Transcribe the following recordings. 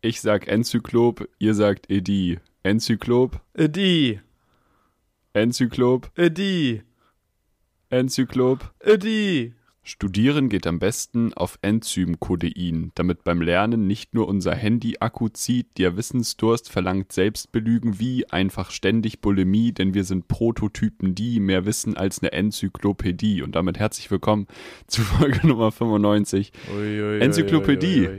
Ich sag Enzyklop, ihr sagt Edi. Enzyklop, Edi, Enzyklop, Edi, Enzyklop. Edi. Studieren geht am besten auf Enzymkodein, damit beim Lernen nicht nur unser Handy-Akku zieht, der Wissensdurst verlangt Selbstbelügen wie einfach ständig Bulimie, denn wir sind Prototypen, die mehr wissen als eine Enzyklopädie. Und damit herzlich willkommen zu Folge Nummer 95. Ui, ui, Enzyklopädie.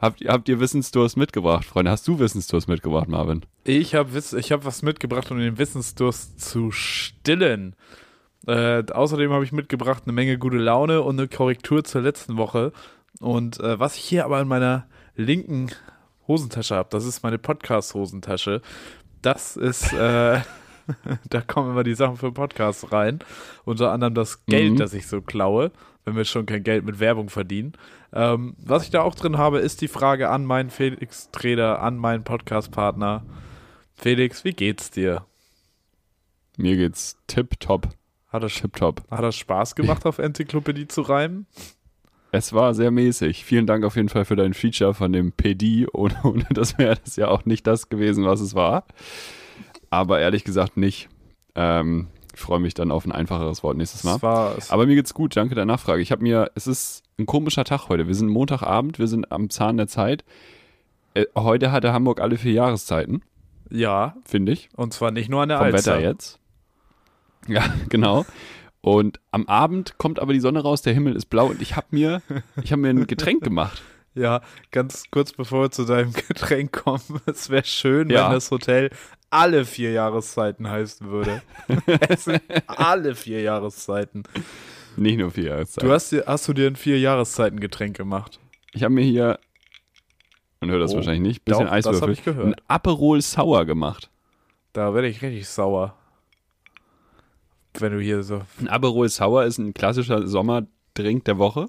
Habt, ihr- habt ihr Wissensdurst mitgebracht, Freunde? Hast du Wissensdurst mitgebracht, Marvin? Ich habe ich hab was mitgebracht, um den Wissensdurst zu stillen. Äh, außerdem habe ich mitgebracht eine Menge gute Laune und eine Korrektur zur letzten Woche. Und äh, was ich hier aber in meiner linken Hosentasche habe, das ist meine Podcast-Hosentasche. Das ist, äh, da kommen immer die Sachen für Podcasts rein. Unter anderem das Geld, Mhm. das ich so klaue, wenn wir schon kein Geld mit Werbung verdienen. Ähm, was ich da auch drin habe, ist die Frage an meinen Felix Trader, an meinen Podcast-Partner. Felix, wie geht's dir? Mir geht's tipptopp, Hat es, tipptopp. hat es Spaß gemacht, auf Enzyklopädie zu reimen? Es war sehr mäßig. Vielen Dank auf jeden Fall für dein Feature von dem PD. Ohne, ohne das wäre das ja auch nicht das gewesen, was es war. Aber ehrlich gesagt nicht. Ähm, ich freue mich dann auf ein einfacheres Wort nächstes Mal. Es war, es Aber mir geht's gut, danke der Nachfrage. Ich habe mir, es ist ein komischer Tag heute. Wir sind Montagabend, wir sind am Zahn der Zeit. Äh, heute hatte Hamburg alle vier Jahreszeiten, ja, finde ich. und zwar nicht nur an der Vom Alster. Wetter jetzt. Ja, genau. Und am Abend kommt aber die Sonne raus, der Himmel ist blau und ich habe mir, ich habe mir ein Getränk gemacht. Ja, ganz kurz bevor wir zu deinem Getränk kommen, es wäre schön, Ja. wenn das Hotel alle vier Jahreszeiten heißen würde. es sind alle vier Jahreszeiten. Nicht nur vier Jahreszeiten. Du hast dir, hast du dir ein vier Jahreszeiten Getränk gemacht? ich habe mir hier, man hört das Oh. wahrscheinlich nicht, bisschen Doch, das Eiswürfel, hab ich gehört. ein Aperol Sour gemacht. Da werde ich richtig sauer. Wenn du hier so. Ein Aperol Sour ist ein klassischer Sommerdrink der Woche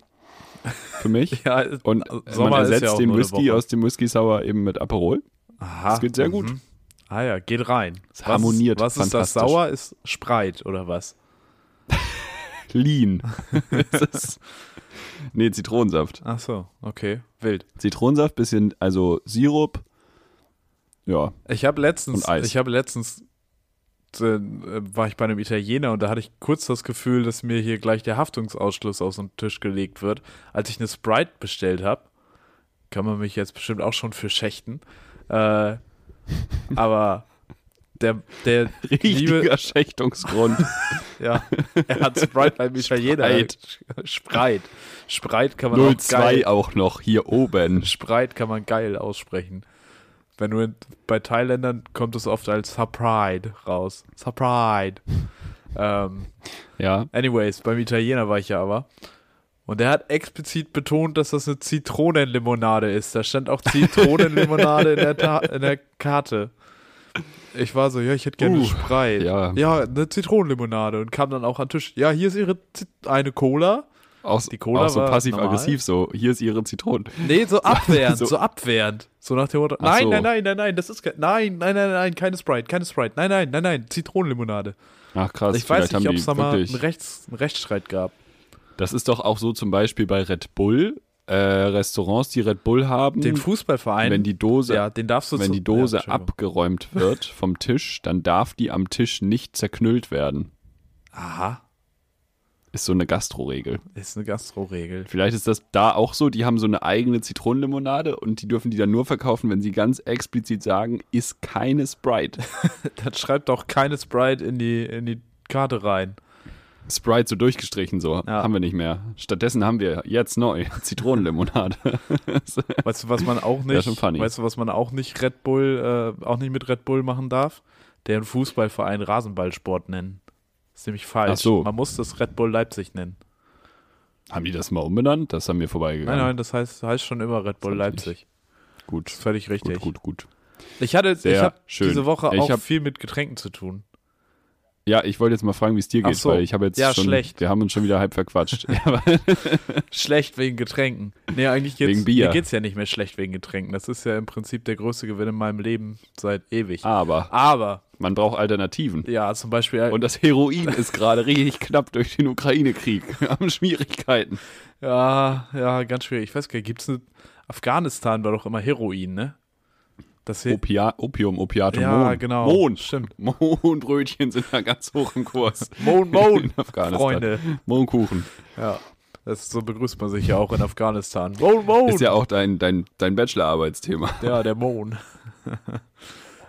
für mich. Ja, äh, Und man Sommer ist ersetzt ja auch den nur eine Whisky Woche. aus dem Whisky Sour eben mit Aperol. Aha. Das geht sehr gut. Mhm. Ah ja, geht rein. Es harmoniert, Was ist das fantastisch. sauer? Ist Spreit oder was? Lean. das ist, nee, Zitronensaft. Ach so, okay. Wild. Zitronensaft, bisschen, also Sirup. Ja, Ich habe letztens, Und Eis. ich habe letztens äh, äh, war ich bei einem Italiener und da hatte ich kurz das Gefühl, dass mir hier gleich der Haftungsausschluss auf den Tisch gelegt wird, als ich eine Sprite bestellt habe. Kann man mich jetzt bestimmt auch schon für schächten. Äh, aber der, der richtiger liebe, Schächtungsgrund. ja, er hat Sprite beim Italiener. Sprite. Sprite kann man auch geil 02 auch noch hier oben. Spreit kann man geil aussprechen. Wenn du in, bei Thailändern kommt es oft als Sapride raus. Sapride. ähm, Ja, anyways, beim Italiener war ich ja aber. Und er hat explizit betont, dass das eine Zitronenlimonade ist. Da stand auch Zitronenlimonade in, der Ta in der Karte. Ich war so, ja, ich hätte gerne Uh, Spreit. ja. ja, eine Zitronenlimonade. Und kam dann auch an den Tisch. Ja, hier ist ihre Zit eine Cola. Auch, Die Cola auch so war passiv-aggressiv, so hier ist ihre Zitronen. Nee, so abwehrend, so, so- abwehrend. So nach dem Motto, Ach nein, so. nein, nein, nein, nein, das ist kein, nein, nein, nein, nein, keine Sprite, keine Sprite, nein, nein, nein, nein, Zitronenlimonade. Ach krass, ich weiß vielleicht haben nicht, ob die es da mal einen, wirklich. Hm. Rechts, einen Rechtsstreit gab. das ist doch auch so zum Beispiel bei Red Bull, äh, Restaurants, die Red Bull haben, Den Fußballverein, wenn die Dose, ja, den darfst du wenn zu- die Dose ja, Entschuldigung. abgeräumt wird vom Tisch, dann darf die am Tisch nicht zerknüllt werden. Aha, Ist so eine Gastro-Regel. ist eine Gastro-Regel. Vielleicht ist das da auch so, die haben so eine eigene Zitronenlimonade und die dürfen die dann nur verkaufen, wenn sie ganz explizit sagen, ist keine Sprite. Dann schreibt auch keine Sprite in die, in die Karte rein. Sprite so durchgestrichen, so Ja. haben wir nicht mehr. Stattdessen haben wir jetzt neu Zitronenlimonade. Weißt du, was man auch Wär nicht, schon funny. weißt du, was man auch nicht Red Bull, äh, auch nicht mit Red Bull machen darf? Den Fußballverein Rasenballsport nennen. Ist nämlich falsch. Ach so. Man muss das Red Bull Leipzig nennen. haben die das mal umbenannt? Das haben wir Nein, vorbeigegangen. nein, das heißt, heißt schon immer Red Bull Das hab ich Leipzig. Gut, Das ist völlig richtig. gut, gut, gut. Ich hatte, ich Sehr habe schön. diese Woche Ich auch hab- viel mit Getränken zu tun. Ja, ich wollte jetzt mal fragen, wie es dir Ach geht, so. weil ich habe jetzt Ja, schon, schlecht. wir haben uns schon wieder halb verquatscht. ja, aber Schlecht wegen Getränken. Nee, eigentlich geht's, Wegen Bier. mir geht's ja nicht mehr schlecht wegen Getränken. Das ist ja im Prinzip der größte Gewinn in meinem Leben seit ewig. aber Aber, man braucht Alternativen. ja, zum Beispiel, äh, Und das Heroin ist gerade richtig knapp durch den Ukraine-Krieg. Wir haben Schwierigkeiten. ja, ja, ganz schwierig. Ich weiß gar nicht, gibt's eine, Afghanistan war doch immer Heroin, ne? Das hier, Opia Opium, Opiate, Ja, Mohn. genau. Mohn. Stimmt. Mohnbrötchen sind da ganz hoch im Kurs. Mohn, Mohn, In Afghanistan. Freunde. Mohnkuchen. Ja, das, so begrüßt man sich ja auch in Afghanistan. Mohn, Mohn. Ist ja auch dein, dein, dein Bachelorarbeitsthema. Ja, der Mohn.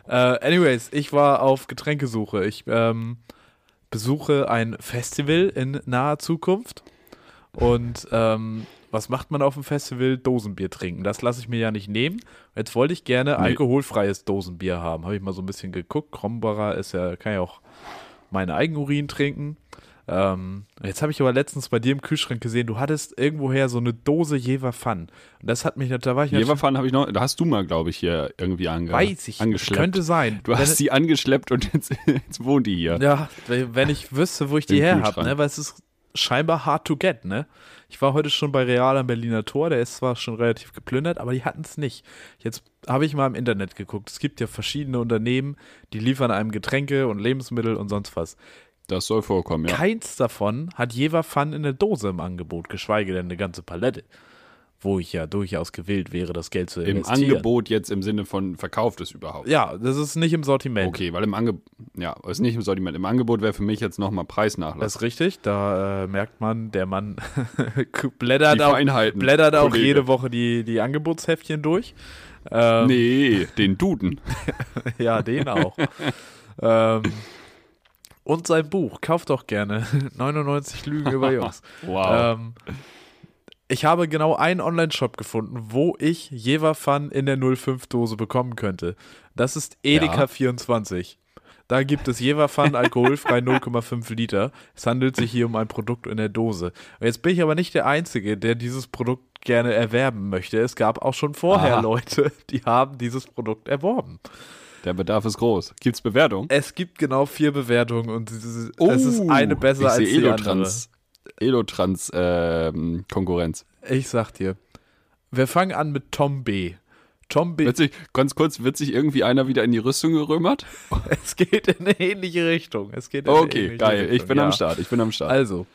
äh, anyways, ich war auf Getränkesuche. Ich ähm, besuche ein Festival in naher Zukunft. Und ähm, was macht man auf dem Festival? Dosenbier trinken. Das lasse ich mir ja nicht nehmen. Jetzt wollte ich gerne alkoholfreies Dosenbier haben. Habe ich mal so ein bisschen geguckt. Krombacher ist ja, kann ja auch meinen Eigenurin trinken. Ähm, jetzt habe ich aber letztens bei dir im Kühlschrank gesehen, du hattest irgendwoher so eine Dose Jever Fun. Und das hat mich, da war ich natürlich- Jeverfahren habe ich noch, da hast du mal, glaube ich, hier irgendwie ange Weiß ich. nicht. angeschleppt. Könnte sein. du hast wenn, sie angeschleppt und jetzt, jetzt wohnt die hier. ja, wenn ich wüsste, wo ich die Im her habe, Kühlschrank. ne? Weil es ist scheinbar hard to get, ne? Ich war heute schon bei Real am Berliner Tor, der ist zwar schon relativ geplündert, aber die hatten es nicht. Jetzt habe ich mal im Internet geguckt. Es gibt ja verschiedene Unternehmen, die liefern einem Getränke und Lebensmittel und sonst was. Das soll vorkommen, ja. Keins davon hat Jever Fun in der Dose im Angebot, geschweige denn eine ganze Palette. Wo ich ja durchaus gewillt wäre, das Geld zu Im investieren. Angebot jetzt im Sinne von verkauft es überhaupt. Ja, das ist nicht im Sortiment. Okay, weil im Angebot, ja, ist nicht im Sortiment. Im Angebot wäre für mich jetzt nochmal Das Preisnachlass. ist richtig, da äh, merkt man, der Mann blättert, Die auch, Feinheiten, blättert auch Kollege. jede Woche die, die Angebotsheftchen durch. Ähm, Nee, den Duden. Ja, den auch. ähm, und sein Buch, kauft doch gerne. 99 Lügen über Jungs. Wow. Ähm, ich habe genau einen Online-Shop gefunden, wo ich Jeverfun in der 05-Dose bekommen könnte. Das ist Edeka24. Da gibt es Jeverfun alkoholfrei 0,5 Liter. Es handelt sich hier um ein Produkt in der Dose. Und jetzt bin ich aber nicht der Einzige, der dieses Produkt gerne erwerben möchte. Es gab auch schon vorher Aha. Leute, die haben dieses Produkt erworben. Der Bedarf ist groß. Gibt's Bewertung? Es gibt genau vier Bewertungen und es ist- es ist eine besser Oh. ich als sehe die andere. Elotrans, Elotrans ähm, Konkurrenz. Ich sag dir, wir fangen an mit Tom B. Tom B. Wird sich, ganz kurz, wird sich irgendwie einer wieder in die Rüstung gerömert? Es geht in eine ähnliche Richtung. Es geht in eine Okay, ähnliche geil. Richtung, Ich bin ja. am Start. Ich bin am Start. Also,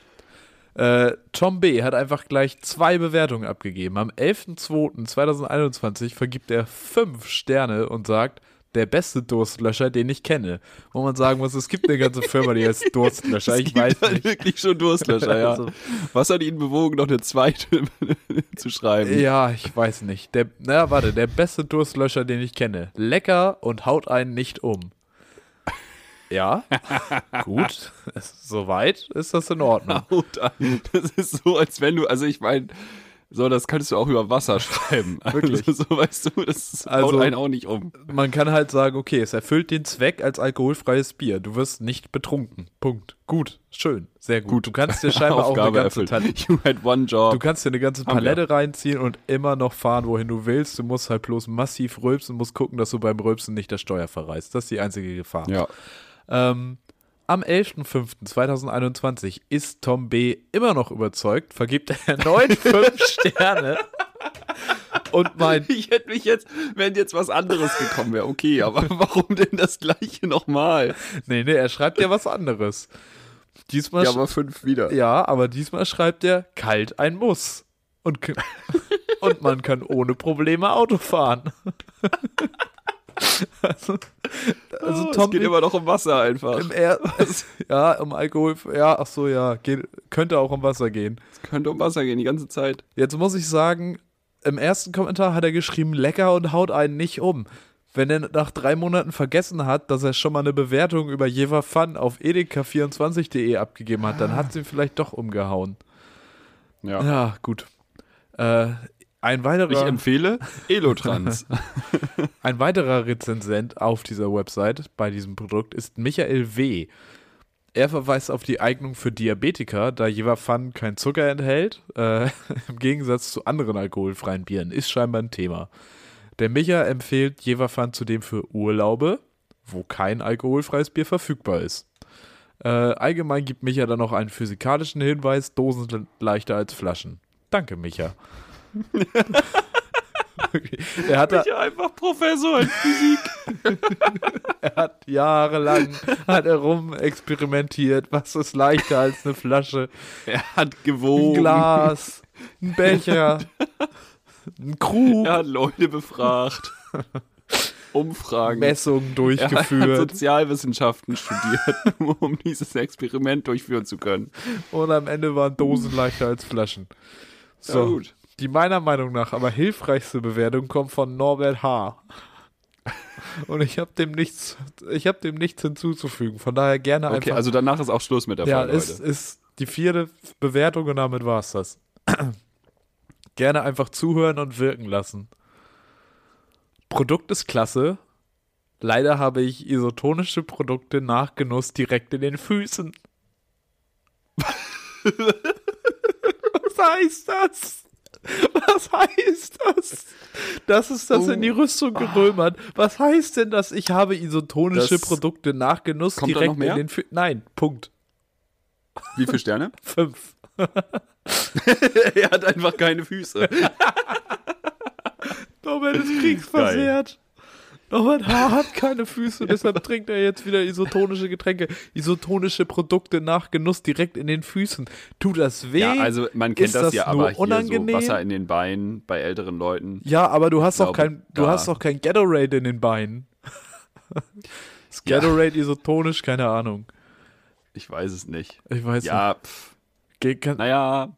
äh, Tom B. hat einfach gleich zwei Bewertungen abgegeben. Am 11.02.2021 vergibt er fünf Sterne und sagt, der beste Durstlöscher, den ich kenne. Wo man sagen muss, es gibt eine ganze Firma, die heißt Durstlöscher. Es Ich gibt weiß halt nicht. wirklich schon Durstlöscher, ja. Also- Was hat ihn bewogen, noch eine zweite zu schreiben? Ja, ich weiß nicht. Der, na, warte, der beste Durstlöscher, den ich kenne. Lecker und haut einen nicht um. Ja, gut. Es- Soweit ist das in Ordnung. Und, äh, das ist so, als wenn du, also ich meine, so, das könntest du auch über Wasser schreiben. Wirklich? Also, so weißt du, das haut Also- einen auch nicht um. Man kann halt sagen, okay, es erfüllt den Zweck als alkoholfreies Bier. Du wirst nicht betrunken. Punkt. Gut, schön, sehr gut. Du kannst dir scheinbar auch eine Aufgabe ganze erfüllt. Tan- You had one Du job. kannst dir eine ganze Haben wir. Palette reinziehen und immer noch fahren, wohin du willst. Du musst halt bloß massiv rülpsen, musst gucken, dass du beim Rülpsen nicht das Steuer verreißt. Das ist die einzige Gefahr. ja. Ähm, am 11.05.2021 ist Tom B. immer noch überzeugt, vergibt er erneut fünf Sterne und meint, Ich hätte mich jetzt, wenn jetzt was anderes gekommen wäre, okay, aber warum denn das gleiche nochmal? nee, nee, er schreibt ja was anderes. Diesmal, Ja, ja, aber fünf wieder. ja, aber diesmal schreibt er, kalt ein Muss. Und, k- und man kann ohne Probleme Auto fahren. also, also Oh, Tom es geht B. immer noch um Wasser einfach. im Er ja, im Alkohol, ja, ach so, ja, geht, könnte auch um Wasser gehen. Es könnte um Wasser gehen die ganze Zeit. Jetzt muss ich sagen, im ersten Kommentar hat er geschrieben, lecker und haut einen nicht um. Wenn er nach drei Monaten vergessen hat, dass er schon mal eine Bewertung über Jever Fun auf edeka24.de abgegeben hat, dann hat sie ihn vielleicht doch umgehauen. Ja. Ja, gut. Äh, ein, Ich weiterer, empfehle Elotrans. ein weiterer Rezensent auf dieser Website bei diesem Produkt ist Michael W. Er verweist auf die Eignung für Diabetiker, da Jever Fun kein Zucker enthält, äh, im Gegensatz zu anderen alkoholfreien Bieren, ist scheinbar ein Thema. Der Micha empfiehlt Jeverfan zudem für Urlaube, wo kein alkoholfreies Bier verfügbar ist. Äh, allgemein gibt Micha dann noch einen physikalischen Hinweis: Dosen sind leichter als Flaschen. Danke, Micha. Okay. er, hat da, ja, einfach Professor. er hat jahrelang hat er rumexperimentiert. Was ist leichter als eine Flasche? Er hat Ein gewogen. Glas, ein Becher. Ein Krug, Er hat Leute befragt. Umfragen. Messungen Er hat durchgeführt Sozialwissenschaften studiert, nur um dieses Experiment durchführen zu können. und am Ende waren Dosen leichter als Flaschen. So, also Ja, gut. die meiner Meinung nach aber hilfreichste Bewertung kommt von Norbert H. Und ich habe dem nichts, ich habe dem nichts hinzuzufügen. Von daher gerne Okay, einfach. also danach ist auch Schluss mit der ja, Folge ist, heute. ist die vierte Bewertung und damit war's das. gerne einfach zuhören und wirken lassen. Produkt ist klasse. Leider habe ich isotonische Produkte nach Genuss direkt in den Füßen. Was heißt das? Was heißt das? Das ist das in die Oh. Rüstung gerömert. Was heißt denn das? Ich habe isotonische Das- Produkte nach Genuss Kommt da noch direkt mehr? in den Füßen. Nein, Punkt. Wie viele Sterne? Fünf. er hat einfach keine Füße. Norbert ist kriegsversehrt. Norbert H. hat keine Füße, deshalb trinkt er jetzt wieder isotonische Getränke, isotonische Produkte nach Genuss direkt in den Füßen. Tut das weh? Ja, also man kennt Ist das, das ja, nur aber hier unangenehm? so Wasser in den Beinen bei älteren Leuten. Ja, aber du hast doch glaube, kein, du da- hast doch kein Gatorade in den Beinen. Ist Ja. Gatorade isotonisch? Keine Ahnung. Ich weiß es nicht. Ich weiß nicht. Ja, pff, Ge- Kann, naja,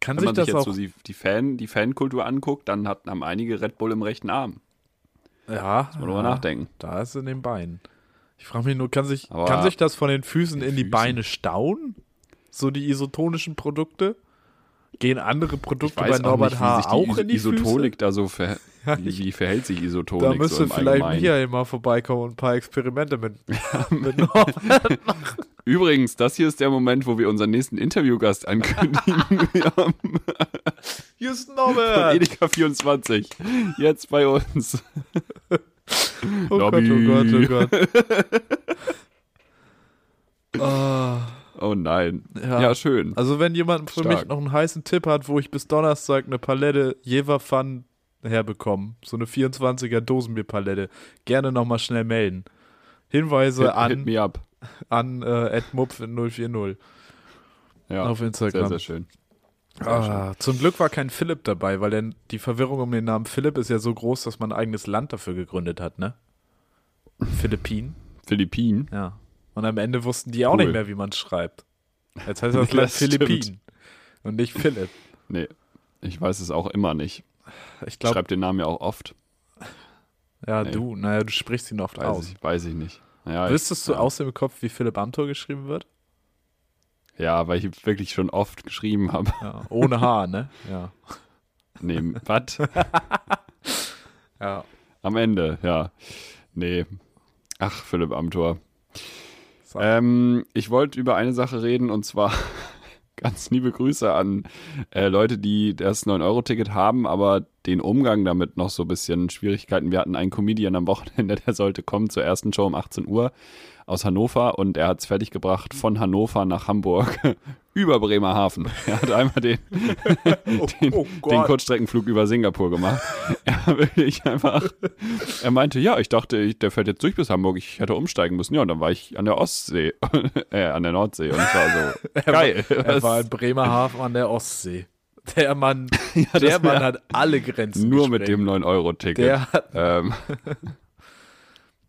kann wenn sich man das sich jetzt auch. so die, die, Fan, die Fankultur anguckt, dann hat, haben einige Red Bull im rechten Arm. ja, Mal drüber nachdenken. da ist in den Beinen. Ich frage mich nur, kann sich, Aber kann sich das von den Füßen in die Füßen. Beine stauen? So die isotonischen Produkte? Gehen andere Ich Produkte bei weiß auch Norbert nicht, wie H. sich die, auch Iso- in die Isotonik Füße? da so ver Ja, wie, ich- wie verhält sich Isotonik Da so müsste im vielleicht Allgemeinen? Michael mal vorbeikommen und ein paar Experimente mit, mit Norbert Übrigens, das hier ist der Moment, wo wir unseren nächsten Interviewgast ankündigen. Wir haben Hier ist von Norbert! Edeka 24 jetzt bei uns. Oh Gott, oh Lobby. Gott, oh Gott. Ah, Oh nein. Ja. Ja, schön. also wenn jemand für mich Stark. noch einen heißen Tipp hat, wo ich bis Donnerstag eine Palette Jever Fun herbekomme, so eine 24er Dosenbierpalette, gerne nochmal schnell melden. Hinweise hit, hit Also an, me up. an äh, @mupf040 Ja, auf Instagram. sehr, sehr schön. ah, zum Glück war kein Philipp dabei, weil denn die Verwirrung um den Namen Philipp ist ja so groß, dass man ein eigenes Land dafür gegründet hat, ne? Philippinen. Philippinen. Ja. Und am Ende wussten die auch Cool. nicht mehr, wie man schreibt. Jetzt heißt das Nee, Land das stimmt. Philippinen und nicht Philipp. Nee, ich weiß es auch immer nicht. Ich Ich glaube, schreibe den Namen ja auch oft. ja, nee. du, naja, du sprichst ihn oft Weiß, aus. ich, weiß ich nicht. Ja, Wüsstest du ja. aus dem Kopf, wie Philipp Amthor geschrieben wird? ich, ja, weil ich wirklich schon oft geschrieben habe. Ja, ohne H, ne? Ja. Nee, was? Ja. Am Ende, ja. Nee. Ach, Philipp Amthor. So. Ähm, ich wollte über eine Sache reden und zwar ganz liebe Grüße an äh, Leute, die das 9-Euro-Ticket haben, aber den Umgang damit noch so ein bisschen Schwierigkeiten. Wir hatten einen Comedian am Wochenende, der sollte kommen zur ersten Show um 18 Uhr aus Hannover und er hat es fertiggebracht von Hannover nach Hamburg über Bremerhaven. Er hat einmal den Oh, den, oh den Gott. Kurzstreckenflug über Singapur gemacht. er war wirklich einfach. Er meinte, ja, ich dachte, ich, der fährt jetzt durch bis Hamburg. Ich hätte umsteigen müssen. Ja, und dann war ich an der Ostsee, äh, an der Nordsee und ich war so geil. er was? war in Bremerhaven an der Ostsee. Der Mann, der das Mann wär- hat alle Grenzen nur mit gesprengt. dem 9-Euro-Ticket. Der hat, Ähm,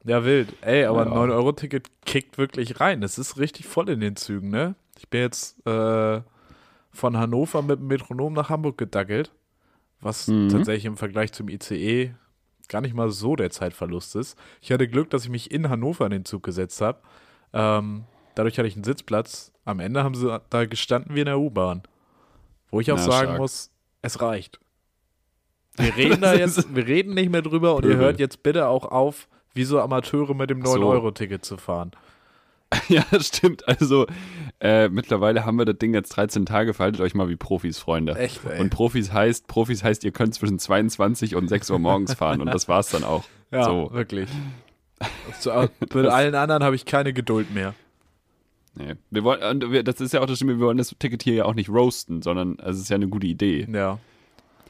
ja wild. Ey, aber Ja. ein 9-Euro-Ticket kickt wirklich rein. Es ist richtig voll in den Zügen, ne? Ich bin jetzt äh, von Hannover mit dem Metronom nach Hamburg gedackelt, was Mhm. tatsächlich im Vergleich zum ICE gar nicht mal so der Zeitverlust ist. Ich hatte Glück, dass ich mich in Hannover in den Zug gesetzt habe. Ähm, dadurch hatte ich einen Sitzplatz. Am Ende haben sie da gestanden wie in der U-Bahn. Wo ich auch Na, sagen stark. muss, es reicht. Wir reden da jetzt, wir reden nicht mehr drüber und ihr Pöbel. hört jetzt bitte auch auf, wie so Amateure mit dem so. 9-Euro-Ticket zu fahren. ja, das stimmt. Also, äh, mittlerweile haben wir das Ding jetzt 13 Tage. Verhaltet euch mal wie Profis, Freunde. Echt, ey. Und Profis heißt, Profis heißt, ihr könnt zwischen 22 und 6 Uhr morgens fahren und das war's dann auch. Ja, So. wirklich. Zu, mit allen anderen habe ich keine Geduld mehr. Nee. Wir wollen, und wir, das ist ja auch das Schlimme, wir wollen das Ticket hier ja auch nicht roasten, sondern also es ist ja eine gute Idee. Ja.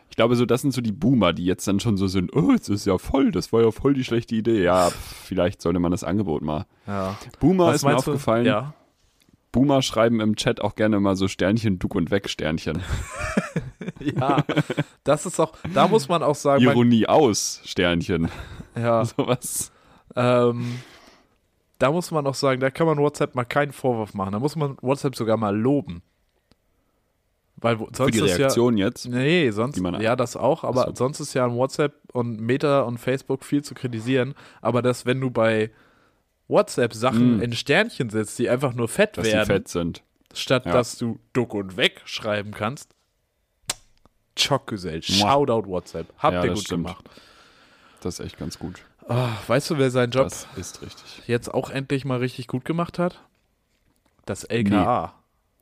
Ich glaube, so das sind so die Boomer, die jetzt dann schon so sind, oh, es ist ja voll, das war ja voll die schlechte Idee. Ja, pff, vielleicht sollte man das Angebot mal. ja. Boomer Oh, ist mir meinst du? aufgefallen. Ja. Boomer schreiben im Chat auch gerne mal so Sternchen, Duck und Weg Sternchen. ja, das ist auch, da muss man auch sagen, man, Ironie aus, Sternchen. ja, Sowas. ähm, da muss man auch sagen, da kann man WhatsApp mal keinen Vorwurf machen. Da muss man WhatsApp sogar mal loben. Weil wo- Für sonst die ist ja, Reaktion jetzt. Nee, sonst, Die man- ja, das auch, aber Ach so. sonst ist ja an WhatsApp und Meta und Facebook viel zu kritisieren, aber dass, wenn du bei WhatsApp Sachen Mm. in Sternchen setzt, die einfach nur fett Dass werden, sie fett sind. statt Ja. dass du duck und weg schreiben kannst, Schockgesellschaft. Mua. Shoutout WhatsApp. Habt Ja, ihr das gut stimmt. gemacht. Das ist echt ganz gut. Ah, weißt du, wer seinen Job Das ist richtig. jetzt auch endlich mal richtig gut gemacht hat? Das LKA.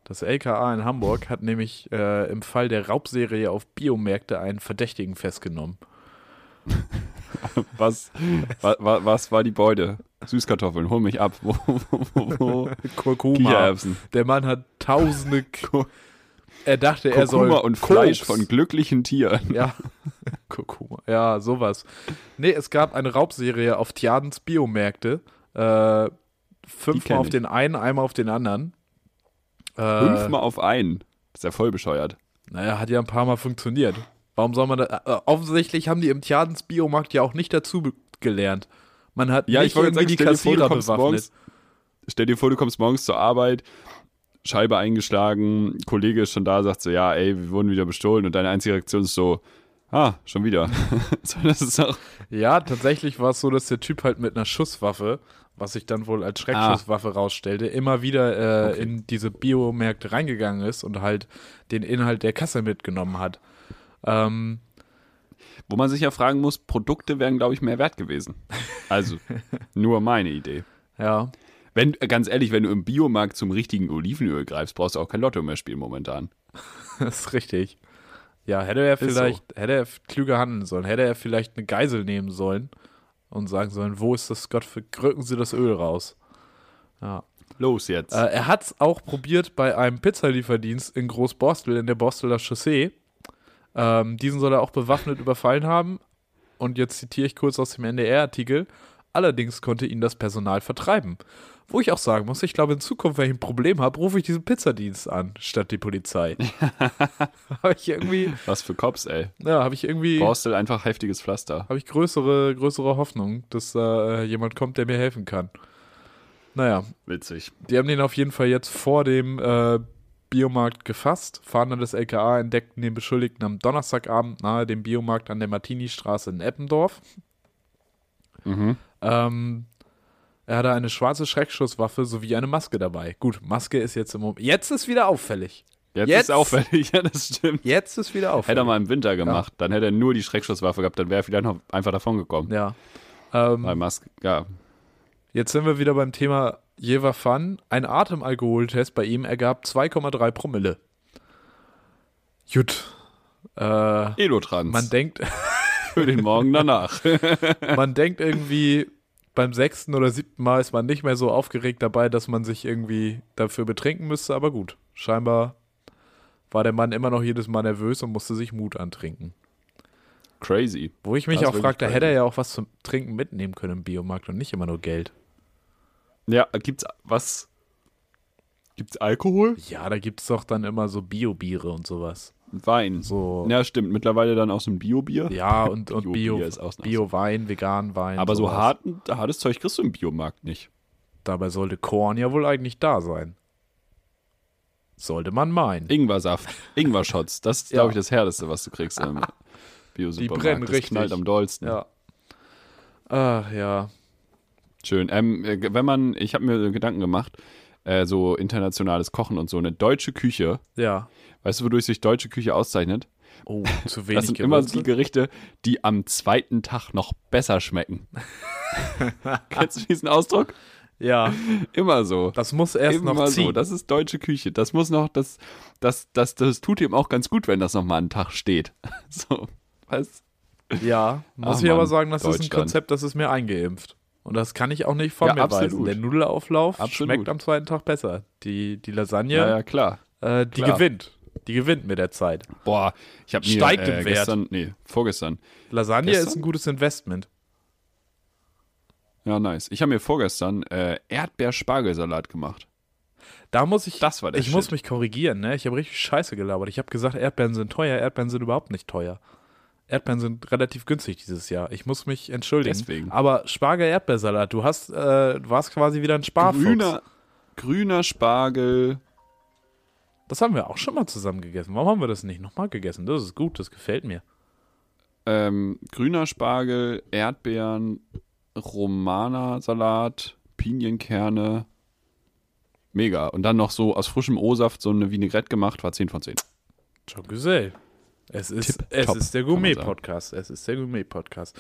Das LKA in Hamburg hat nämlich äh, im Fall der Raubserie auf Biomärkte einen Verdächtigen festgenommen. Was, wa, wa, was war die Beute? Süßkartoffeln, hol mich ab. Wo, wo, wo, wo? Kurkuma. Kichererbsen. Der Mann hat tausende. K- er dachte, er soll. Kurkuma und Koks. Fleisch von glücklichen Tieren. Ja. Kurkuma. Ja, sowas. Nee, es gab eine Raubserie auf Tiadens Biomärkte. Äh, Die kenn fünfmal auf ich. den einen, einmal auf den anderen. Äh, Fünfmal auf einen. Das ist ja voll bescheuert. Naja, hat ja ein paar Mal funktioniert. Warum soll man da. Äh, offensichtlich haben die im Tiadens Biomarkt ja auch nicht dazu be- gelernt. Man hat Ja, nicht ich wollte irgendwie sagen, die stell dir, vor, du Kassierer kommst bewaffnet. morgens, stell dir vor, du kommst morgens zur Arbeit, Scheibe eingeschlagen, Kollege ist schon da, sagt so, ja, ey, wir wurden wieder bestohlen und deine einzige Reaktion ist so, ah, schon wieder. so, das ist auch, Ja, tatsächlich war es so, dass der Typ halt mit einer Schusswaffe, was sich dann wohl als Schreckschusswaffe rausstellte, immer wieder äh, Ah. Okay. in diese Biomärkte reingegangen ist und halt den Inhalt der Kasse mitgenommen hat. Ähm, wo man sich ja fragen muss, Produkte wären, glaube ich, mehr wert gewesen. Also, nur meine Idee. ja. Wenn, ganz ehrlich, wenn du im Biomarkt zum richtigen Olivenöl greifst, brauchst du auch kein Lotto mehr spielen momentan. Das ist richtig. Ja, hätte er so. vielleicht, hätte er klüger handeln sollen, hätte er vielleicht eine Geisel nehmen sollen und sagen sollen, wo ist das Gott, für- drücken Sie das Öl raus. Ja. Los jetzt. Äh, er hat es auch probiert bei einem Pizzalieferdienst in Großborstel, in der Borsteler Chaussee. Ähm, diesen soll er auch bewaffnet überfallen haben. Und jetzt zitiere ich kurz aus dem NDR-Artikel. Allerdings konnte ihn das Personal vertreiben. Wo ich auch sagen muss, ich glaube, in Zukunft, wenn ich ein Problem habe, rufe ich diesen Pizzadienst an, statt die Polizei. habe ich irgendwie, Was für Cops, ey. ja, habe ich irgendwie, Borstel einfach heftiges Pflaster. habe ich größere, größere Hoffnung, dass da äh, jemand kommt, der mir helfen kann. Naja, Witzig. die haben den auf jeden Fall jetzt vor dem äh, Biomarkt gefasst. Fahnder des LKA entdeckten den Beschuldigten am Donnerstagabend nahe dem Biomarkt an der Martini-Straße in Eppendorf. Mhm. Ähm, er hatte eine schwarze Schreckschusswaffe sowie eine Maske dabei. Gut, Maske ist jetzt im Moment. Jetzt ist wieder auffällig. Jetzt, Jetzt- ist auffällig, ja, das stimmt. Jetzt ist wieder auffällig. Hätte er mal im Winter gemacht, dann hätte er nur die Schreckschusswaffe gehabt, dann wäre er vielleicht noch einfach davon gekommen. Ja. Ähm, Bei Musk, ja. Jetzt sind wir wieder beim Thema Jeva Fan. Ein Atemalkoholtest bei ihm ergab 2,3 Promille. Gut. Äh, Elotrans man denkt, für den Morgen danach. man denkt irgendwie, beim sechsten oder siebten Mal ist man nicht mehr so aufgeregt dabei, dass man sich irgendwie dafür betrinken müsste, aber gut, scheinbar war der Mann immer noch jedes Mal nervös und musste sich Mut antrinken. Crazy. Wo ich mich Das ist auch wirklich fragte, crazy. hätte er ja auch was zum Trinken mitnehmen können im Biomarkt und nicht immer nur Geld. Ja, gibt's was? Gibt's Alkohol? Ja, da gibt es doch dann immer so Bio-Biere und sowas. Wein. So, ja, Ja, stimmt. Mittlerweile dann auch so ein Bio-Bier. und, und Bio-Bier Bio, ist auch nice. Bio-Wein, vegan Wein. Aber so sowas. harten, hartes Zeug kriegst du im Biomarkt nicht. Dabei sollte Korn ja wohl eigentlich da sein. Sollte man meinen. Ingwersaft, Ingwer-Shots, das ist, Ja. glaube ich, das Härteste, was du kriegst im Bio-Supermarkt. brennen das richtig. knallt am dollsten. Ja. Ach ja. Schön. Ähm, äh, wenn man, ich habe mir Gedanken gemacht, äh, so internationales Kochen und so, eine deutsche Küche, Ja. weißt du, wodurch sich deutsche Küche auszeichnet? Oh, zu Das wenig sind immer Gewürze. die Gerichte, die am zweiten Tag noch besser schmecken. Kennst du diesen Ausdruck? ja, Immer so. das muss erst Immer noch ziehen. so. Das ist deutsche Küche. Das muss noch, das, das, das, das tut ihm auch ganz gut, wenn das nochmal einen Tag steht. So. Weißt ja, muss Ach, ich aber Ah, Mann, sagen, das ist ein Deutschland. Konzept, das ist mir eingeimpft. Und das kann ich auch nicht von Ja, mir absolut. weisen. Der Nudelauflauf Absolut. schmeckt am zweiten Tag besser. Die, die Lasagne, Ja, ja, klar. äh, die klar. gewinnt. Die gewinnt mit der Zeit. Boah, ich habe mir Steigt äh, im Wert. gestern, nee, vorgestern, Lasagne Gestern? ist ein gutes Investment. ja nice. Ich habe mir vorgestern äh, Erdbeerspargelsalat gemacht. Da muss ich, Das war der ich muss Shit. mich korrigieren, ne? Ich habe richtig Scheiße gelabert. Ich habe gesagt, Erdbeeren sind teuer, Erdbeeren sind überhaupt nicht teuer. Erdbeeren sind relativ günstig dieses Jahr. Ich muss mich entschuldigen. Deswegen. Aber Spargel-Erdbeersalat, du hast, äh, du warst quasi wieder ein Sparfuchs. Grüner, grüner Spargel. Das haben wir auch schon mal zusammen gegessen. Warum haben wir das nicht nochmal gegessen? Das ist gut, das gefällt mir. Ähm, grüner Spargel, Erdbeeren, Romana-Salat, Pinienkerne. Mega. Und dann noch so aus frischem O-Saft so eine Vinaigrette gemacht, war 10 von 10. Ciao, Gesell. Es ist, Tipp, es top, ist der kann man Gourmet-Podcast. Es ist der Gourmet-Podcast.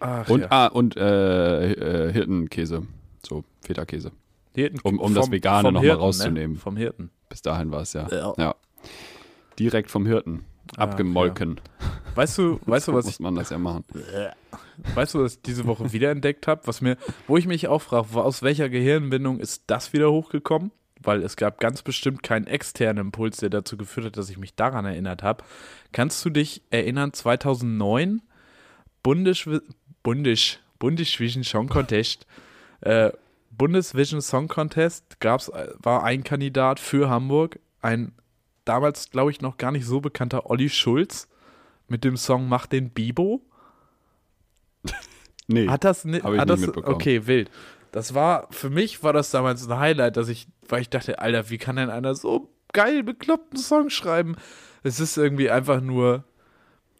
Ach Und, ja. ah, und äh, äh, Hirtenkäse. So, Feta-Käse. Hirten, um- um das Vegane vom noch mal Hirten, rauszunehmen. Ne? Vom Hirten. Bis dahin war es ja. Ja. ja. Direkt vom Hirten. Äh. Ah, Abgemolken. Weißt du, weißt du, was muss ich, man das ja machen. weißt du, was ich diese Woche wiederentdeckt habe, was mir, wo ich mich auch frage, aus welcher Gehirnbindung ist das wieder hochgekommen? Weil es gab ganz bestimmt keinen externen Impuls, der dazu geführt hat, dass ich mich daran erinnert habe. Kannst du dich erinnern, 2009 Bundes Bundes Bundesvision Song Contest äh, Bundesvision Song Contest gab's äh, war ein Kandidat für Hamburg, ein damals glaube ich noch gar nicht so bekannter Olli Schulz mit dem Song Mach den Bibo. Nee. Hat das nicht? Hab ich hat nicht das, mitbekommen. Okay, wild. Das war, für mich war das damals ein Highlight, dass ich, weil ich dachte, Alter, wie kann denn einer so geil bekloppten Song schreiben? Es ist irgendwie einfach nur,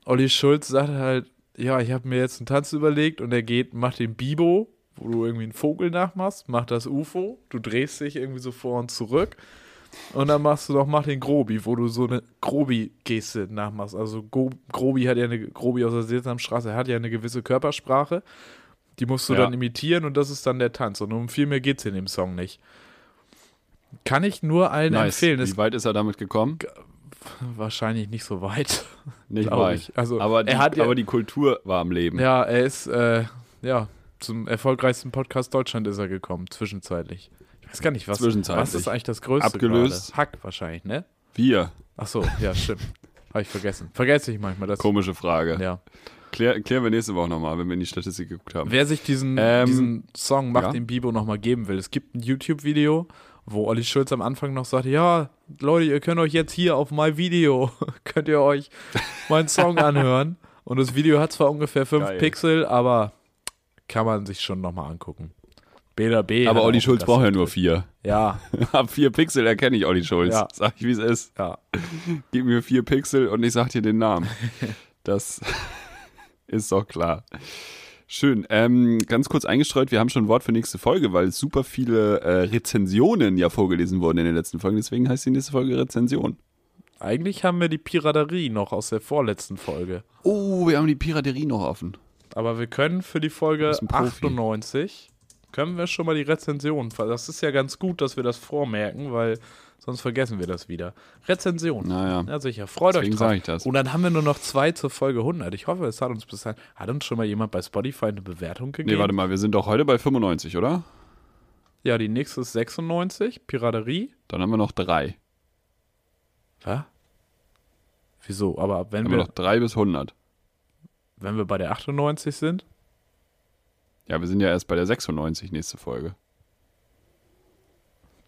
Olli Schulz sagt halt, ja, ich habe mir jetzt einen Tanz überlegt und er geht, macht den Bibo, wo du irgendwie einen Vogel nachmachst, macht das UFO, du drehst dich irgendwie so vor und zurück und dann machst du noch, mach den Grobi, wo du so eine Grobi-Geste nachmachst. Also Go Grobi hat ja eine, Grobi aus der Sesamstraße hat ja eine gewisse Körpersprache. Die musst du Ja. dann imitieren und das ist dann der Tanz. Und um viel mehr geht's in dem Song nicht. Kann ich nur allen nice. empfehlen. Ist Wie weit ist er damit gekommen? wahrscheinlich nicht so weit. Nicht glaub weit. ich. Also, aber, die, er hat ja- aber die Kultur war am Leben. Ja, er ist, äh, ja, zum erfolgreichsten Podcast Deutschland ist er gekommen, zwischenzeitlich. Ich weiß gar nicht, was, Zwischenzeitlich. was ist eigentlich das größte Abgelöst. Gerade? Hack wahrscheinlich, ne? Wir. Ach so, ja, stimmt. Habe ich vergessen. Vergesse ich manchmal das. Komische Frage. Ja. Klär, klären wir nächste Woche nochmal, wenn wir in die Statistik geguckt haben. Wer sich diesen, Ähm, diesen Song Macht ja. den Bibo nochmal geben will, es gibt ein YouTube-Video, wo Olli Schulz am Anfang noch sagt, ja, Leute, ihr könnt euch jetzt hier auf mein Video, könnt ihr euch meinen Song anhören. Und das Video hat zwar ungefähr 5 Geil. Pixel, aber kann man sich schon nochmal angucken. Bela B. aber hat Olli auch Schulz das- braucht ja nur vier. Ja, Ab vier Pixel erkenne ich Olli Schulz. Ja. Sag ich, wie es ist. ja. Gib mir vier Pixel und ich sag dir den Namen. Das ist doch klar. Schön. Ähm, ganz kurz eingestreut, wir haben schon ein Wort für nächste Folge, weil super viele äh, Rezensionen ja vorgelesen wurden in den letzten Folgen. Deswegen heißt die nächste Folge Rezension. Eigentlich haben wir die Piraterie noch aus der vorletzten Folge. Oh, wir haben die Piraterie noch offen. Aber wir können für die Folge bist ein Profi. 98 können wir schon mal die Rezension. ver- Das ist ja ganz gut, dass wir das vormerken, weil sonst vergessen wir das wieder. Rezension. Naja. Ja, sicher. Freut Deswegen euch drauf. sag ich das. Und dann haben wir nur noch zwei zur Folge 100. Ich hoffe, es hat uns bis dahin. Hat uns schon mal jemand bei Spotify eine Bewertung gegeben? Nee, warte mal, wir sind doch heute bei 95, oder? Ja, die nächste ist 96, Piraterie. Dann haben wir noch drei. Was? Wieso? Aber wenn Haben wir wir, noch drei bis 100. wenn wir bei der 98 sind, Ja, wir sind ja erst bei der 96 nächste Folge.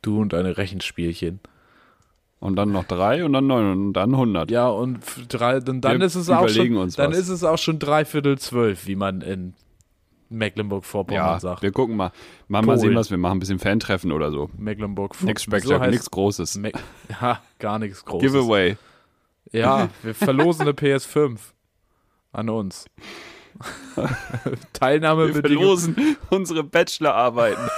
du und deine Rechenspielchen. Und dann noch drei und dann neun und dann 100. Ja, und f- drei, dann, dann Wir ist es auch schon, überlegen uns dann was. ist es auch schon dreiviertel zwölf, wie man in Mecklenburg-Vorpommern Ja, sagt. wir gucken mal. Mal, mal Cool. sehen, was wir machen. Ein bisschen Fantreffen oder so. Nix Mecklenburg-Vorpommern. Spektakel, nix Großes. Me ja, gar nichts Großes. Giveaway. Ja, wir verlosen eine PS5 an uns. Wir Teilnahmebedingung. verlosen unsere Bachelorarbeiten.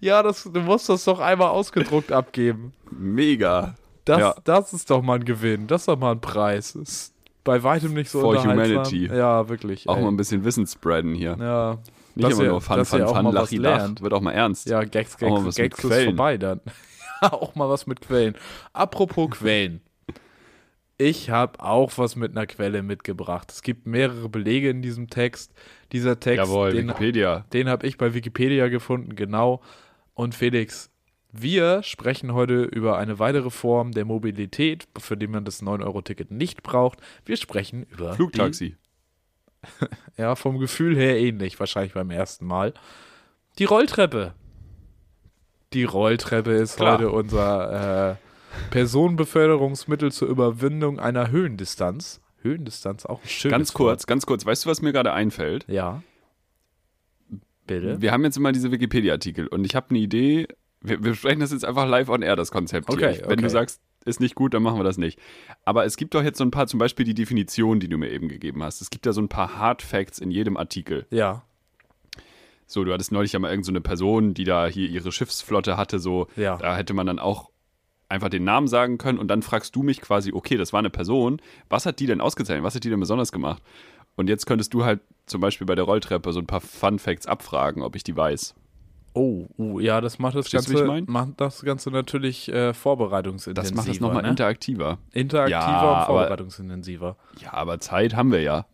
Ja, das, du musst das doch einmal ausgedruckt abgeben. Mega. Das, Ja. das ist doch mal ein Gewinn. Das ist doch mal ein Preis. Ist bei weitem nicht so For unterhaltsam. humanity. Ja, wirklich. Auch ey. mal ein bisschen Wissen spreaden hier. ja. Nicht Ne, Dass immer ihr- nur Fun, dass ihr Fun, auch Fun, mal was Lachi, Lach. lernt. Wird auch mal ernst. Ja, Gags, Auch mal Gags, was mit Gags ist Quellen. vorbei dann. Ja, auch mal was mit Quellen. Apropos Quellen. Ich habe auch was mit einer Quelle mitgebracht. Es gibt mehrere Belege in diesem Text. Dieser Text, Jawohl, den, Wikipedia. den habe ich bei Wikipedia gefunden, genau. Und Felix, wir sprechen heute über eine weitere Form der Mobilität, für die man das 9-Euro-Ticket nicht braucht. Wir sprechen über Flugtaxi. Die, ja, vom Gefühl her ähnlich, wahrscheinlich beim ersten Mal. Die Rolltreppe. Die Rolltreppe ist Klar. heute unser äh, Personenbeförderungsmittel zur Überwindung einer Höhendistanz. Höhendistanz, auch ein schönes Ganz kurz, ganz kurz. Weißt du, was mir gerade einfällt? Wort. Ja. Bitte? Wir haben jetzt immer diese Wikipedia-Artikel und ich habe eine Idee. Wir, wir sprechen das jetzt einfach live on air, das Konzept. hier. Okay, Ich- Wenn okay. du sagst, ist nicht gut, dann machen wir das nicht. Aber es gibt doch jetzt so ein paar, zum Beispiel die Definition, die du mir eben gegeben hast. Es gibt ja so ein paar Hard Facts in jedem Artikel. Ja, So, du hattest neulich ja mal irgendeine so eine Person, die da hier ihre Schiffsflotte hatte, so, Ja. da hätte man dann auch einfach den Namen sagen können und dann fragst du mich quasi, okay, das war eine Person, was hat die denn ausgezeichnet, was hat die denn besonders gemacht? Und jetzt könntest du halt zum Beispiel bei der Rolltreppe so ein paar Fun Facts abfragen, ob ich die weiß. Oh, uh, ja, das macht das Verstehst du, Ganze, wie ich mein? macht das Ganze natürlich äh, Das vorbereitungsintensiver. macht es nochmal ne? interaktiver. interaktiver Ja, und aber- vorbereitungsintensiver. Ja, aber Zeit haben wir ja.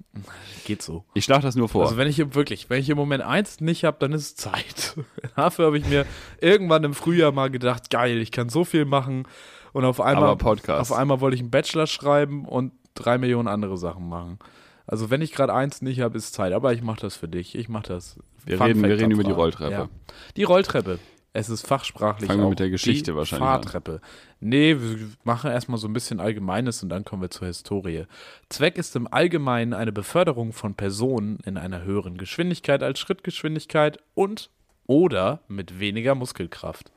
Geht so. Ich schlage das nur vor. Also wenn ich im- wirklich, wenn ich im Moment eins nicht habe, dann ist es Zeit. Dafür habe ich mir irgendwann im Frühjahr mal gedacht, geil, ich kann so viel machen und auf einmal Aber Podcast. auf einmal wollte ich einen Bachelor schreiben und drei Millionen andere Sachen machen. Also wenn ich gerade eins nicht habe, ist Zeit. Aber ich mache das für dich. Ich mache das. Wir Fun reden- wir Fact reden über die Abfrage. Rolltreppe. Die Rolltreppe. Es ist fachsprachlich. Fangen wir auch mit der Geschichte die wahrscheinlich an. Fahrtreppe. Nee, wir machen erstmal so ein bisschen Allgemeines und dann kommen wir zur Historie. Zweck ist im Allgemeinen eine Beförderung von Personen in einer höheren Geschwindigkeit als Schrittgeschwindigkeit und oder mit weniger Muskelkraft.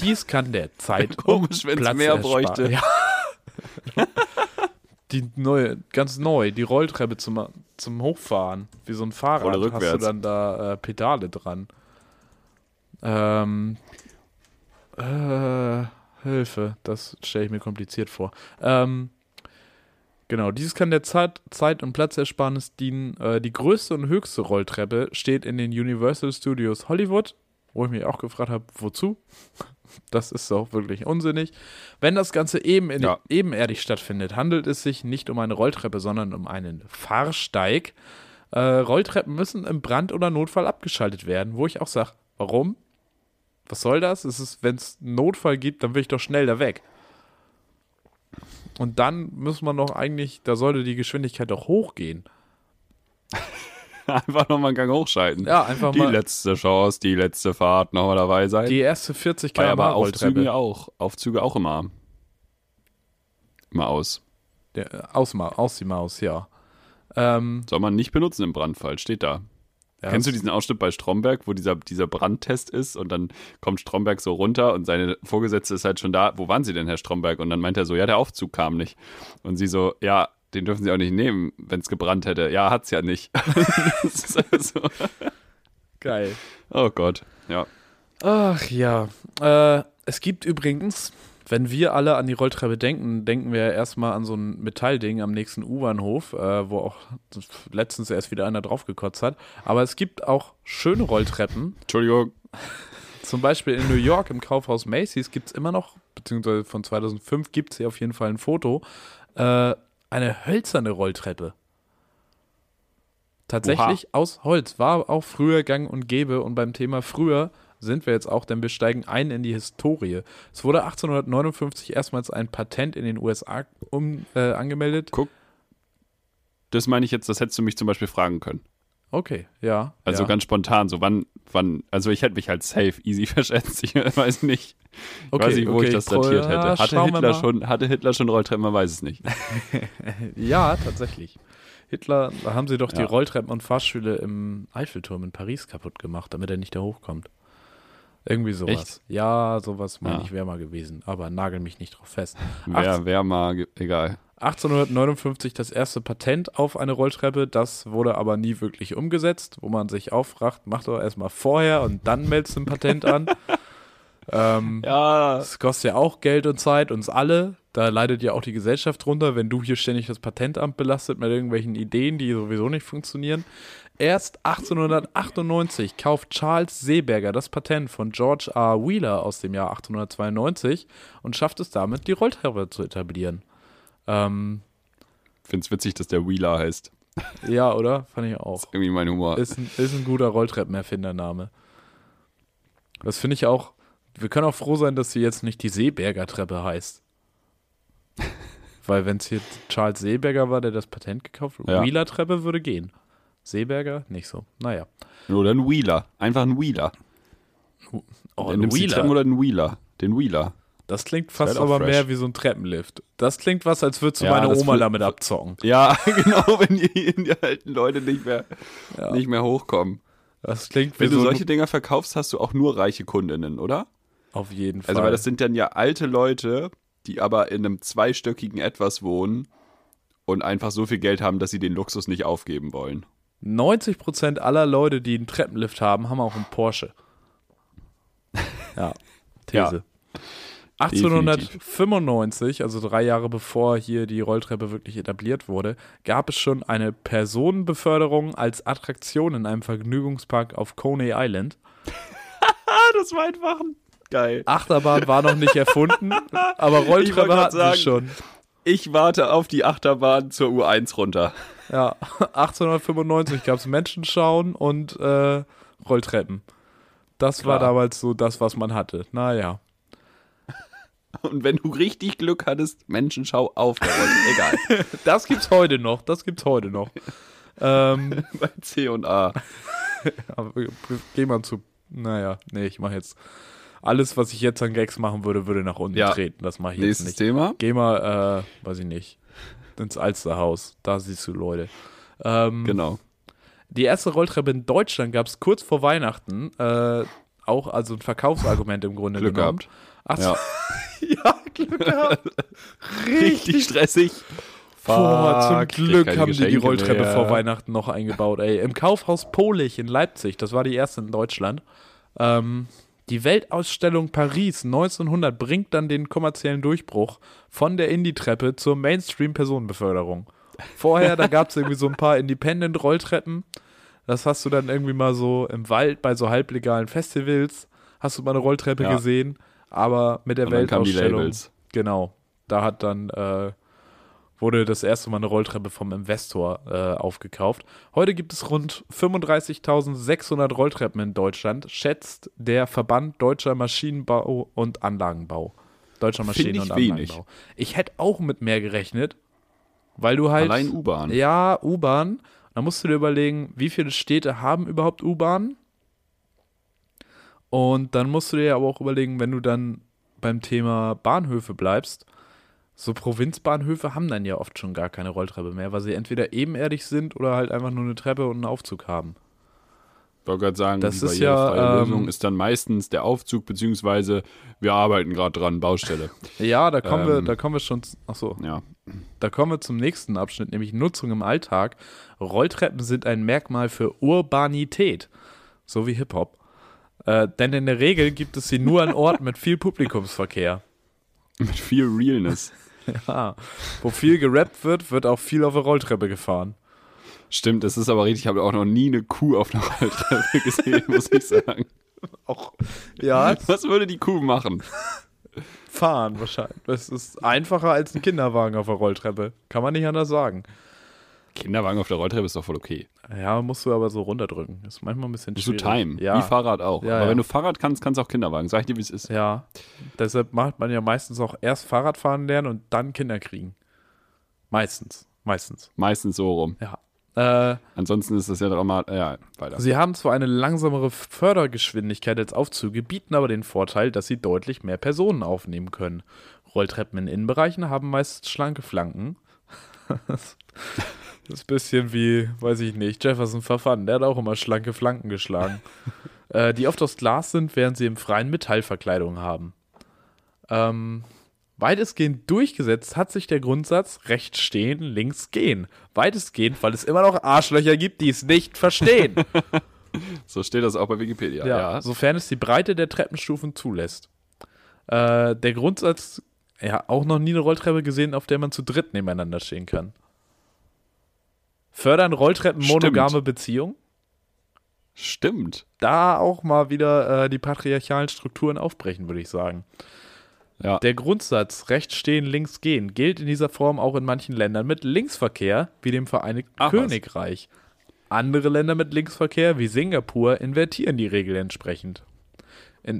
Dies kann der Zeit Komisch, wenn's Platz mehr ersparen- bräuchte. Ja. Die neue, ganz neu, die Rolltreppe zum, zum Hochfahren. Wie so ein Fahrrad Rolle hast du rückwärts. dann da äh, Pedale dran. Ähm, äh, Hilfe, das stelle ich mir kompliziert vor. Ähm, genau, dieses kann der Zeit, Zeit und Platzersparnis dienen. Äh, die größte und höchste Rolltreppe steht in den Universal Studios Hollywood, wo ich mich auch gefragt habe, wozu? Das ist doch wirklich unsinnig. Wenn das Ganze eben in Ja. ebenerdig stattfindet, handelt es sich nicht um eine Rolltreppe, sondern um einen Fahrsteig. Äh, Rolltreppen müssen im Brand- oder Notfall abgeschaltet werden, wo ich auch sage, warum? Was soll das? Es ist, wenn es einen Notfall gibt, dann will ich doch schnell da weg. Und dann muss man doch eigentlich, da sollte die Geschwindigkeit doch hochgehen. einfach nochmal einen Gang hochschalten. Ja, einfach die mal letzte Chance, die letzte Fahrt, nochmal dabei sein. die erste 40 War ja km aber Aufzüge ja Rolltreppe auch. Aufzüge auch immer. Immer aus. Der- aus, Ma- aus die Maus, ja. Ähm, Soll man nicht benutzen im Brandfall, steht da. ja, Kennst du diesen Ausschnitt bei Stromberg, wo dieser, dieser Brandtest ist und dann kommt Stromberg so runter und seine Vorgesetzte ist halt schon da. Wo waren Sie denn, Herr Stromberg? Und dann meint er so, ja, der Aufzug kam nicht. Und sie so, ja, den dürfen Sie auch nicht nehmen, wenn es gebrannt hätte. Ja, hat's ja nicht. das ist also, Geil. oh Gott, ja. Ach ja. Äh, es gibt übrigens, wenn wir alle an die Rolltreppe denken, denken wir ja erstmal an so ein Metallding am nächsten U-Bahnhof, äh, wo auch letztens erst wieder einer draufgekotzt hat. Aber es gibt auch schöne Rolltreppen. Entschuldigung, Zum Beispiel in New York im Kaufhaus Macy's gibt es immer noch, beziehungsweise von 2005 gibt es hier auf jeden Fall ein Foto, äh, eine hölzerne Rolltreppe. Tatsächlich aus Holz. War auch früher gang und gäbe. Und beim Thema früher sind wir jetzt auch, denn wir steigen ein in die Historie. Es wurde 1859 erstmals ein Patent in den USA um, äh, angemeldet. das meine ich jetzt, das hättest du mich zum Beispiel fragen können. Okay, ja. Also ja. ganz spontan, so wann, wann, also ich hätte mich halt safe, easy verschätzt, ich weiß nicht. Ich Okay, weiß nicht, wo okay, ich das Pro- datiert ja, hätte. Hatte schauen wir mal. Hitler, schon, hatte Hitler schon Rolltreppen, man weiß es nicht. Ja, tatsächlich. Hitler, da haben sie doch die Ja. Rolltreppen und Fahrstühle im Eiffelturm in Paris kaputt gemacht, damit er nicht da hochkommt. Irgendwie sowas. Echt? Ja, sowas meine Ja. ich wäre mal gewesen, aber nagel mich nicht drauf fest. Wer, wer mal, ge- egal. 1859 das erste Patent auf eine Rolltreppe, das wurde aber nie wirklich umgesetzt, wo man sich auffragt, mach doch erstmal vorher und dann meldest du ein Patent an. ähm, Ja. das kostet ja auch Geld und Zeit, uns alle. Da leidet ja auch die Gesellschaft drunter, wenn du hier ständig das Patentamt belastet mit irgendwelchen Ideen, die sowieso nicht funktionieren. Erst 1898 kauft Charles Seeberger das Patent von George R. Wheeler aus dem Jahr 1892 und schafft es damit, die Rolltreppe zu etablieren. Ähm, Find's witzig, dass der Wheeler heißt. ja, oder? Fand ich auch. Irgendwie mein Humor. Ist ein, ist ein guter Rolltreppenerfindername. Das finde ich auch. Wir können auch froh sein, dass sie jetzt nicht die Seeberger Treppe heißt. Weil wenn es hier Charles Seeberger war, der das Patent gekauft hat, Ja. Wheeler Treppe würde gehen. Seeberger nicht so. Naja. Oder ein Wheeler. Einfach ein Wheeler. Oh, Nimmst du die Treppen oder den Wheeler? Den Wheeler. Das klingt fast Straight up aber fresh. mehr wie so ein Treppenlift. Das klingt was, als würdest du Ja, meine das Oma fl- damit abzocken. Ja, genau, wenn die, die alten Leute nicht mehr, nicht mehr hochkommen. Das klingt wie Wenn so du ein- solche Dinger verkaufst, hast du auch nur reiche Kundinnen, oder? auf jeden Fall. Also, weil das sind dann ja alte Leute, die aber in einem zweistöckigen Etwas wohnen und einfach so viel Geld haben, dass sie den Luxus nicht aufgeben wollen. 90% aller Leute, die einen Treppenlift haben, haben auch einen Porsche. Ja, These. 1895, also drei Jahre bevor hier die Rolltreppe wirklich etabliert wurde, gab es schon eine Personenbeförderung als Attraktion in einem Vergnügungspark auf Coney Island. Ah, das war einfach ein- geil. Achterbahn war noch nicht erfunden, aber Ich wollte Rolltreppe grad hatten sagen. sie schon. Ich warte auf die Achterbahn zur U1 runter. Ja, 1895 gab es Menschenschauen und äh, Rolltreppen. Das war Klar. damals so das, was man hatte. Naja. Und wenn du richtig Glück hattest, Menschenschau auf der Rolle. Egal. Das gibt's heute noch, das gibt's heute noch. ähm, Bei C und A. aber geh mal zu. Naja, nee, ich mache jetzt. Alles, was ich jetzt an Gags machen würde, würde nach unten Ja. treten. Das mache ich jetzt Nächstes nicht. Thema. Geh mal, äh, weiß ich nicht, ins Alsterhaus. Da siehst du Leute. Ähm, Genau. Die erste Rolltreppe in Deutschland gab es kurz vor Weihnachten. Äh, auch also ein Verkaufsargument im Grunde Glück genommen. gehabt. Ach, Ja. so, ja, Glück gehabt. Richtig stressig. Boah, zum Fuck, krieg Glück keine haben die die Geschenke Rolltreppe mehr. vor Weihnachten noch eingebaut. Ey. Im Kaufhaus Polich in Leipzig, das war die erste in Deutschland. Ähm, die Weltausstellung Paris 1900 bringt dann den kommerziellen Durchbruch von der Indie-Treppe zur Mainstream-Personenbeförderung. Vorher, da gab es irgendwie so ein paar Independent-Rolltreppen. Das hast du dann irgendwie mal so im Wald bei so halblegalen Festivals, hast du mal eine Rolltreppe Ja. gesehen, aber mit der Und dann kamen die Weltausstellung. Labels. Genau. Da hat dann äh, wurde das erste Mal eine Rolltreppe vom Investor äh, aufgekauft. Heute gibt es rund 35.600 Rolltreppen in Deutschland, schätzt der Verband Deutscher Maschinenbau und Anlagenbau. Deutscher Find Maschinen- ich und wenig. Anlagenbau. Ich hätte auch mit mehr gerechnet, weil du halt Allein U-Bahn. ja, U-Bahn. Da musst du dir überlegen, wie viele Städte haben überhaupt U-Bahn? Und dann musst du dir aber auch überlegen, wenn du dann beim Thema Bahnhöfe bleibst, so Provinzbahnhöfe haben dann ja oft schon gar keine Rolltreppe mehr, weil sie entweder ebenerdig sind oder halt einfach nur eine Treppe und einen Aufzug haben. Ich wollte gerade sagen, Das die ist ja, barrierefreie ähm, Lösung ist dann meistens der Aufzug, beziehungsweise wir arbeiten gerade dran, Baustelle. Ja, da kommen wir, Ähm. da kommen wir schon, ach so, Ja. Da kommen wir zum nächsten Abschnitt, nämlich Nutzung im Alltag. Rolltreppen sind ein Merkmal für Urbanität, so wie Hip-Hop. Äh, denn in der Regel gibt es sie nur an Orten mit viel Publikumsverkehr. Mit viel Realness. Ah, wo viel gerappt wird, wird auch viel auf der Rolltreppe gefahren. Stimmt, das ist aber richtig. Ich habe auch noch nie eine Kuh auf einer Rolltreppe gesehen, muss ich sagen. Auch, ja, Was würde die Kuh machen? fahren wahrscheinlich. Das ist einfacher als ein Kinderwagen auf der Rolltreppe. Kann man nicht anders sagen. Kinderwagen auf der Rolltreppe ist doch voll okay. Ja, musst du aber so runterdrücken. Ist manchmal ein bisschen Musst du schwierig. Time. Ja. Wie Fahrrad auch. Ja, aber ja. wenn du Fahrrad kannst, kannst du auch Kinderwagen. Sag ich dir, wie es ist. Ja, deshalb macht man ja meistens auch erst Fahrradfahren lernen und dann Kinder kriegen. Meistens, meistens, Meistens so rum. ja. Äh, Ansonsten ist das ja dramatisch. Ja, weiter. sie haben zwar eine langsamere Fördergeschwindigkeit als Aufzüge, bieten aber den Vorteil, dass sie deutlich mehr Personen aufnehmen können. Rolltreppen in Innenbereichen haben meist schlanke Flanken. das ist ein bisschen wie, weiß ich nicht, Jefferson Verfahren. Der hat auch immer schlanke Flanken geschlagen. äh, die oft aus Glas sind, während sie im Freien Metallverkleidung haben. Ähm, weitestgehend durchgesetzt hat sich der Grundsatz rechts stehen, links gehen. Weitestgehend, weil es immer noch Arschlöcher gibt, die es nicht verstehen. So steht das auch bei Wikipedia. Äh, Ja, sofern es die Breite der Treppenstufen zulässt. Äh, der Grundsatz, ja, auch noch nie eine Rolltreppe gesehen, auf der man zu dritt nebeneinander stehen kann. Fördern Rolltreppen Stimmt. monogame Beziehung? Stimmt. Da auch mal wieder äh, die patriarchalen Strukturen aufbrechen, würde ich sagen. Ja. Der Grundsatz rechts stehen, links gehen gilt in dieser Form auch in manchen Ländern mit Linksverkehr, wie dem Vereinigten Ach was. Königreich. Andere Länder mit Linksverkehr, wie Singapur, invertieren die Regel entsprechend.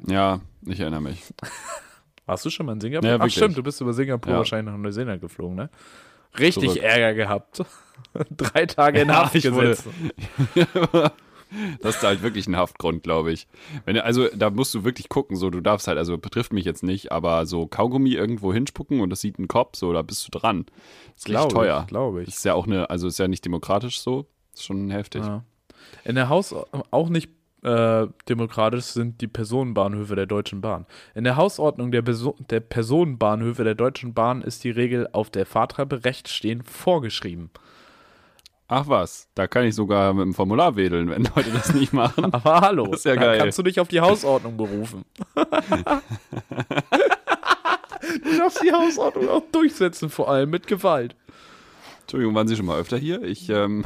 Ja, ich erinnere mich. Warst du schon mal in Singapur? Ja, Ach wirklich. stimmt, du bist über Singapur Ja. wahrscheinlich nach Neuseeland geflogen, ne? Richtig Zurück. Ärger gehabt. Drei Tage in Ja, Haft ich wurde- gesetzt. Das ist halt wirklich ein Haftgrund, glaube ich. Wenn, du- also da musst du wirklich gucken, so du darfst halt, also betrifft mich jetzt nicht, aber so Kaugummi irgendwo hinspucken und das sieht ein Kopf, so da bist du dran. Ist richtig teuer. Glaube ich. Ist ja auch eine, also ist ja nicht demokratisch so. Ist schon heftig. Ja. In der Haus auch nicht äh, demokratisch sind die Personenbahnhöfe der Deutschen Bahn. In der Hausordnung der, Perso der Personenbahnhöfe der Deutschen Bahn ist die Regel auf der Fahrtreppe rechts stehen vorgeschrieben. Ach was, da kann ich sogar mit dem Formular wedeln, wenn Leute das nicht machen. Aber hallo, Das ist ja dann geil. kannst du dich auf die Hausordnung berufen. du darfst die Hausordnung auch durchsetzen, vor allem mit Gewalt. Entschuldigung, waren Sie schon mal öfter hier? Ich, ähm,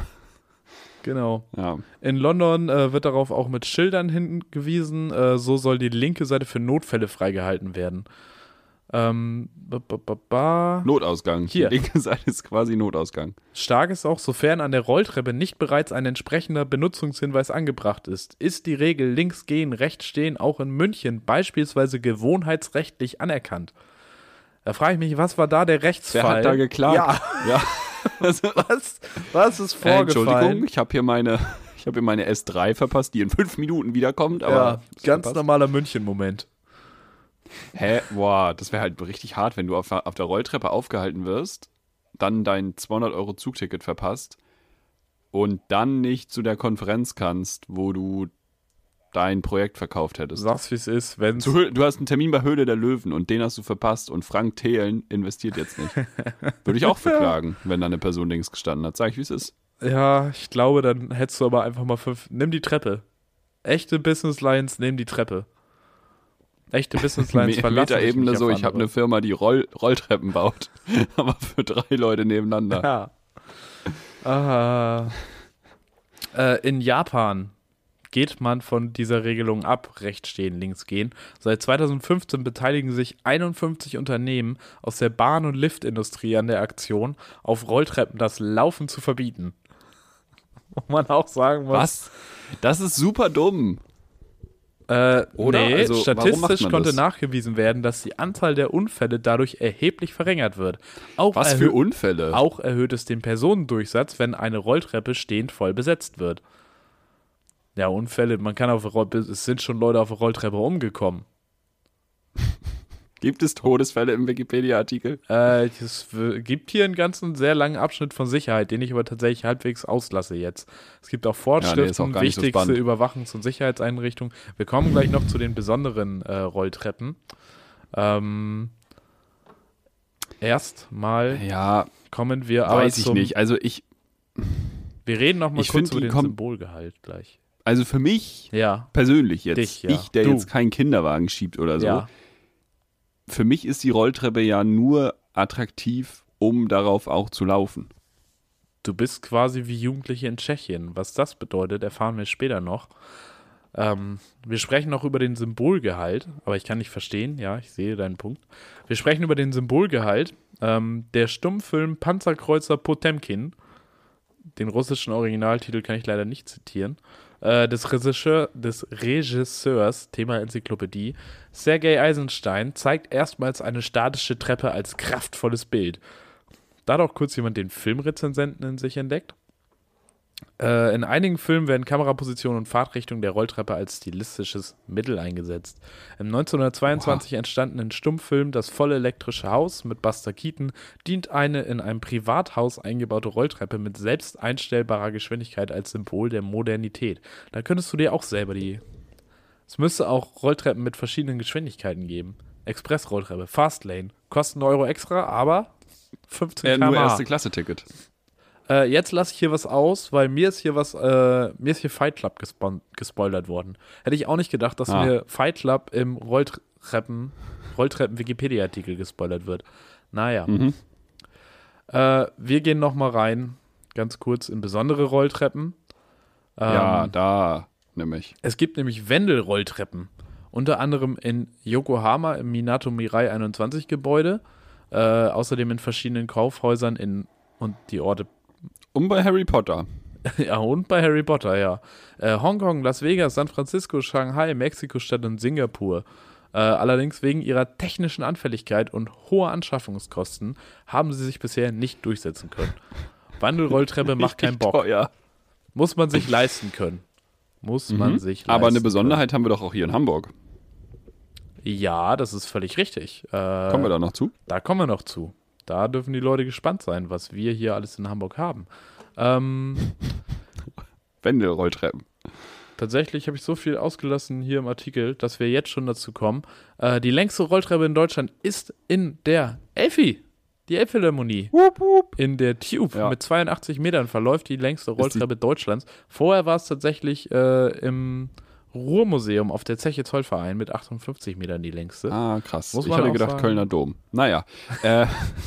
Genau. ja. In London äh, wird darauf auch mit Schildern hingewiesen. Äh, so soll die linke Seite für Notfälle freigehalten werden. Ähm, ba, ba, ba, ba. Notausgang. Hier. Die linke Seite ist quasi Notausgang. Stark ist auch, sofern an der Rolltreppe nicht bereits ein entsprechender Benutzungshinweis angebracht ist. Ist die Regel links gehen, rechts stehen auch in München beispielsweise gewohnheitsrechtlich anerkannt? Da frage ich mich, was war da der Rechtsfall? Wer hat da geklagt? Ja, ja. Also, was, was ist Äh, Entschuldigung, vorgefallen? ich habe hier meine, ich habe hier meine S3 verpasst, die in fünf Minuten wiederkommt, ja, aber ist ganz verpasst. normaler München-Moment. Hä, boah, das wäre halt richtig hart, wenn du auf, auf der Rolltreppe aufgehalten wirst, dann dein 200 Euro Zugticket verpasst und dann nicht zu der Konferenz kannst, wo du dein Projekt verkauft hättest. Sag's, wie es ist, wenn Zu Höhle- du hast einen Termin bei Höhle der Löwen und den hast du verpasst und Frank Thelen investiert jetzt nicht. Würde ich auch verklagen, wenn da eine Person links gestanden hat. Sag ich, wie es ist. Ja, ich glaube, dann hättest du aber einfach mal fünf. Nimm die Treppe. Echte Business Lines nehmen die Treppe. Echte Business Lines Me- verlassen sich Metaebene nicht so, auf ich habe eine andere. Firma, die Roll Rolltreppen baut, aber für drei Leute nebeneinander. Ja. Aha. Äh, in Japan geht man von dieser Regelung ab, rechts stehen, links gehen. Seit 2015 beteiligen sich 51 Unternehmen aus der Bahn- und Liftindustrie an der Aktion, auf Rolltreppen das Laufen zu verbieten. Wo man auch sagen muss, Was? Das ist super dumm. Äh, Oder? Nee, Also, warum macht statistisch man konnte das? nachgewiesen werden, dass die Anzahl der Unfälle dadurch erheblich verringert wird. Auch, Was erhö- für Unfälle. auch erhöht es den Personendurchsatz, wenn eine Rolltreppe stehend voll besetzt wird. Ja, Unfälle, man kann auf der Roll es sind schon Leute auf der Rolltreppe umgekommen. Gibt es Todesfälle im Wikipedia-Artikel? Äh, es w- gibt hier einen ganzen sehr langen Abschnitt von Sicherheit, den ich aber tatsächlich halbwegs auslasse jetzt. Es gibt auch Ja, nee, ist Fortschriften, auch gar nicht so wichtigste spannend. Überwachungs- und Sicherheitseinrichtungen. Wir kommen gleich noch zu den besonderen äh, Rolltreppen. Ähm, Erstmal Ja, kommen wir aber weiß ich zum, nicht. Also ich, Wir reden noch mal Ich kurz find, über die den kommen- Symbolgehalt gleich. also für mich Ja, persönlich jetzt, Dich, ja. ich, der Du. jetzt keinen Kinderwagen schiebt oder so, ja. für mich ist die Rolltreppe ja nur attraktiv, um darauf auch zu laufen. Du bist quasi wie Jugendliche in Tschechien. Was das bedeutet, erfahren wir später noch. Ähm, wir sprechen noch über den Symbolgehalt, aber ich kann nicht verstehen, ja, ich sehe deinen Punkt. Wir sprechen über den Symbolgehalt. Ähm, der Stummfilm Panzerkreuzer Potemkin, den russischen Originaltitel kann ich leider nicht zitieren, äh, des, Regisseur, des Regisseurs, Thema Enzyklopädie, Sergei Eisenstein, zeigt erstmals eine statische Treppe als kraftvolles Bild. Da hat auch kurz jemand den Filmrezensenten in sich entdeckt. Äh, in einigen Filmen werden Kameraposition und Fahrtrichtung der Rolltreppe als stilistisches Mittel eingesetzt. Im 1922 entstandenen Stummfilm Das volle elektrische Haus mit Buster Keaton dient eine in einem Privathaus eingebaute Rolltreppe mit selbst einstellbarer Geschwindigkeit als Symbol der Modernität. Da könntest du dir auch selber die. Es müsste auch Rolltreppen mit verschiedenen Geschwindigkeiten geben. Express-Rolltreppe, Fastlane, kosten Euro extra, aber 15 Äh, nur km/h. erste Klasse-Ticket. Äh, jetzt lasse ich hier was aus, weil mir ist hier was, äh, mir ist hier Fight Club gespon- gespoilert worden. Hätte ich auch nicht gedacht, dass Ah. mir Fight Club im Rolltreppen, Rolltreppen Wikipedia-Artikel gespoilert wird. Naja. Mhm. Äh, wir gehen noch mal rein, ganz kurz, in besondere Rolltreppen. Ähm, ja, da nämlich. es gibt nämlich Wendelrolltreppen. Unter anderem in Yokohama im Minato Mirai 21 Gebäude. Äh, außerdem in verschiedenen Kaufhäusern in und die Orte Um bei Harry Potter. Ja, und bei Harry Potter, ja. Äh, Hongkong, Las Vegas, San Francisco, Shanghai, Mexiko-Stadt und Singapur. Äh, allerdings wegen ihrer technischen Anfälligkeit und hoher Anschaffungskosten haben sie sich bisher nicht durchsetzen können. Wandelrolltreppe macht keinen Richtig Bock. Teuer. Muss man sich leisten können. Muss Mhm. man sich leisten. Aber eine können. Besonderheit haben wir doch auch hier in Hamburg. Ja, das ist völlig richtig. Äh, Kommen wir da noch zu? Da kommen wir noch zu. Da dürfen die Leute gespannt sein, was wir hier alles in Hamburg haben. Ähm, Wendelrolltreppen. tatsächlich habe ich so viel ausgelassen hier im Artikel, dass wir jetzt schon dazu kommen. Äh, die längste Rolltreppe in Deutschland ist in der Elfi. Die Elbphilharmonie. In der Tube Ja. mit 82 Metern verläuft die längste die- Rolltreppe Deutschlands. Vorher war es tatsächlich äh, im Ruhrmuseum auf der Zeche Zollverein mit 58 Metern die längste. Ah, krass. Muss ich man hatte auch gedacht, sagen. Kölner Dom. Naja. Äh,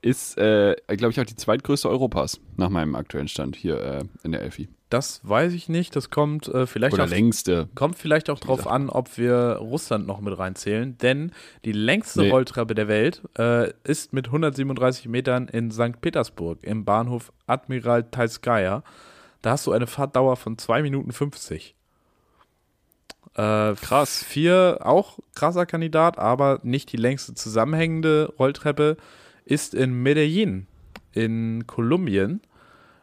ist, äh, glaube ich, auch die zweitgrößte Europas, nach meinem aktuellen Stand hier äh, in der Elfi. Das weiß ich nicht. Das kommt äh, vielleicht Oder auf längste. Kommt vielleicht auch drauf an, ob wir Russland noch mit reinzählen, denn die längste Nee. Rolltreppe der Welt äh, ist mit 137 Metern in St. Petersburg im Bahnhof Admiral Taiskaya. Da hast du eine Fahrtdauer von 2 Minuten 50. Äh, krass. Vier, auch krasser Kandidat, aber nicht die längste zusammenhängende Rolltreppe, ist in Medellin in Kolumbien.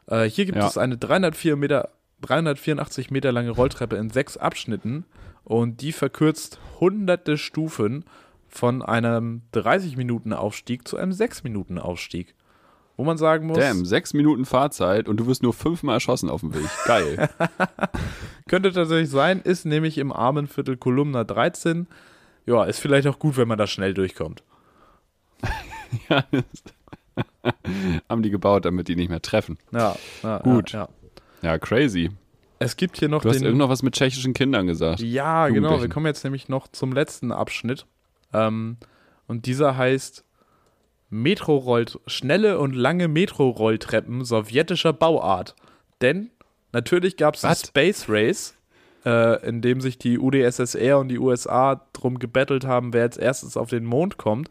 Äh, hier gibt Ja. es eine 304 Meter, 384 Meter lange Rolltreppe in sechs Abschnitten und die verkürzt hunderte Stufen von einem 30-Minuten-Aufstieg zu einem 6-Minuten-Aufstieg. Wo man sagen muss, Damn, sechs Minuten Fahrzeit und du wirst nur fünfmal erschossen auf dem Weg. Geil. könnte tatsächlich sein, ist nämlich im Armenviertel Kolumna 13. Ja, ist vielleicht auch gut, wenn man da schnell durchkommt. Haben die gebaut, damit die nicht mehr treffen. Ja, ja Gut. Ja, ja. Ja, crazy. Es gibt hier noch Du hast den irgendwas mit tschechischen Kindern gesagt. Ja, genau. Wir Jugendlichen. kommen jetzt nämlich noch zum letzten Abschnitt. Ähm, und dieser heißt Metroroll, schnelle und lange Metrorolltreppen sowjetischer Bauart. Denn natürlich gab es ein Was? Space Race, äh, in dem sich die UdSSR und die USA drum gebettelt haben, wer als erstes auf den Mond kommt.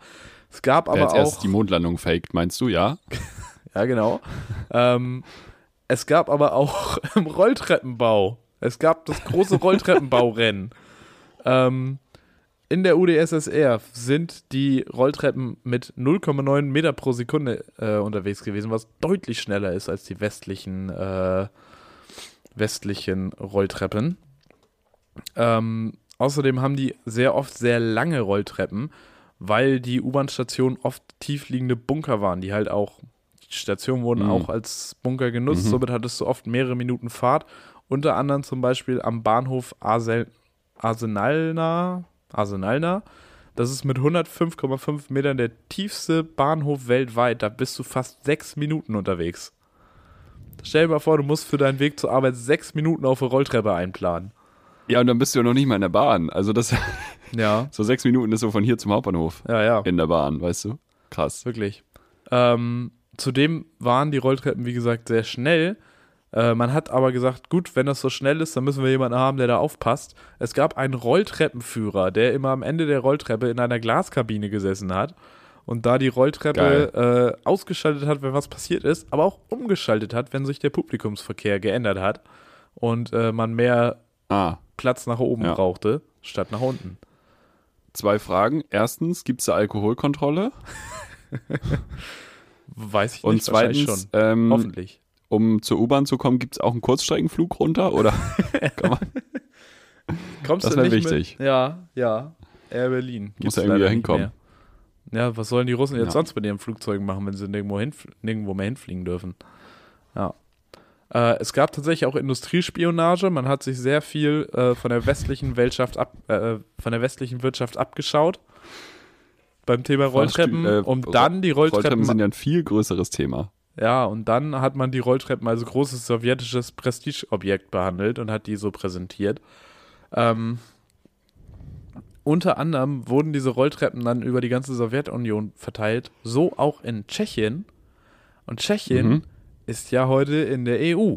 Es gab Wer aber als erstes auch die Mondlandung faked, meinst du, ja? ja, genau. ähm, es gab aber auch im Rolltreppenbau. Es gab das große Rolltreppenbaurennen. ähm, in der UdSSR sind die Rolltreppen mit 0,9 Meter pro Sekunde äh, unterwegs gewesen, was deutlich schneller ist als die westlichen, äh, westlichen Rolltreppen. Ähm, außerdem haben die sehr oft sehr lange Rolltreppen, weil die U-Bahn-Stationen oft tiefliegende Bunker waren, die halt auch, die Stationen wurden Mhm. auch als Bunker genutzt, somit hattest du oft mehrere Minuten Fahrt, unter anderem zum Beispiel am Bahnhof Arsel Arsenalna, Arsenalna. Das ist mit 105,5 Metern der tiefste Bahnhof weltweit. Da bist du fast sechs Minuten unterwegs. Stell dir mal vor, du musst für deinen Weg zur Arbeit sechs Minuten auf der Rolltreppe einplanen. Ja, und dann bist du ja noch nicht mal in der Bahn. Also das Ja. so sechs Minuten ist so von hier zum Hauptbahnhof Ja, ja. in der Bahn, weißt du? Krass. Wirklich. Ähm, zudem waren die Rolltreppen, wie gesagt, sehr schnell. Äh, man hat aber gesagt, gut, wenn das so schnell ist, dann müssen wir jemanden haben, der da aufpasst. Es gab einen Rolltreppenführer, der immer am Ende der Rolltreppe in einer Glaskabine gesessen hat und da die Rolltreppe äh, ausgeschaltet hat, wenn was passiert ist, aber auch umgeschaltet hat, wenn sich der Publikumsverkehr geändert hat und äh, man mehr Ah, Platz nach oben Ja. brauchte, statt nach unten. zwei Fragen. Erstens, gibt es da Alkoholkontrolle? Weiß ich Und nicht, wahrscheinlich zweitens, schon. ähm, Hoffentlich. um zur U-Bahn zu kommen, gibt es auch einen Kurzstreckenflug runter? Oder kann man, Kommst Das du wär nicht wichtig. Mit? Ja, ja. Air Berlin. Gibt's ja irgendwie leider da nicht hinkommen. mehr. Ja, was sollen die Russen jetzt Ja. sonst mit ihren Flugzeugen machen, wenn sie nirgendwo, hinf- nirgendwo mehr hinfliegen dürfen? Ja. Äh, es gab tatsächlich auch Industriespionage. Man hat sich sehr viel äh, von, der westlichen Weltschaft ab, äh, von der westlichen Wirtschaft abgeschaut beim Thema Rolltreppen, Fahrstü- äh, um dann die Rolltreppen, Rolltreppen sind ja ein viel größeres Thema. ja, und dann hat man die Rolltreppen als großes sowjetisches Prestigeobjekt behandelt und hat die so präsentiert. Ähm, unter anderem wurden diese Rolltreppen dann über die ganze Sowjetunion verteilt, so auch in Tschechien. Und Tschechien Mhm. ist ja heute in der E EU.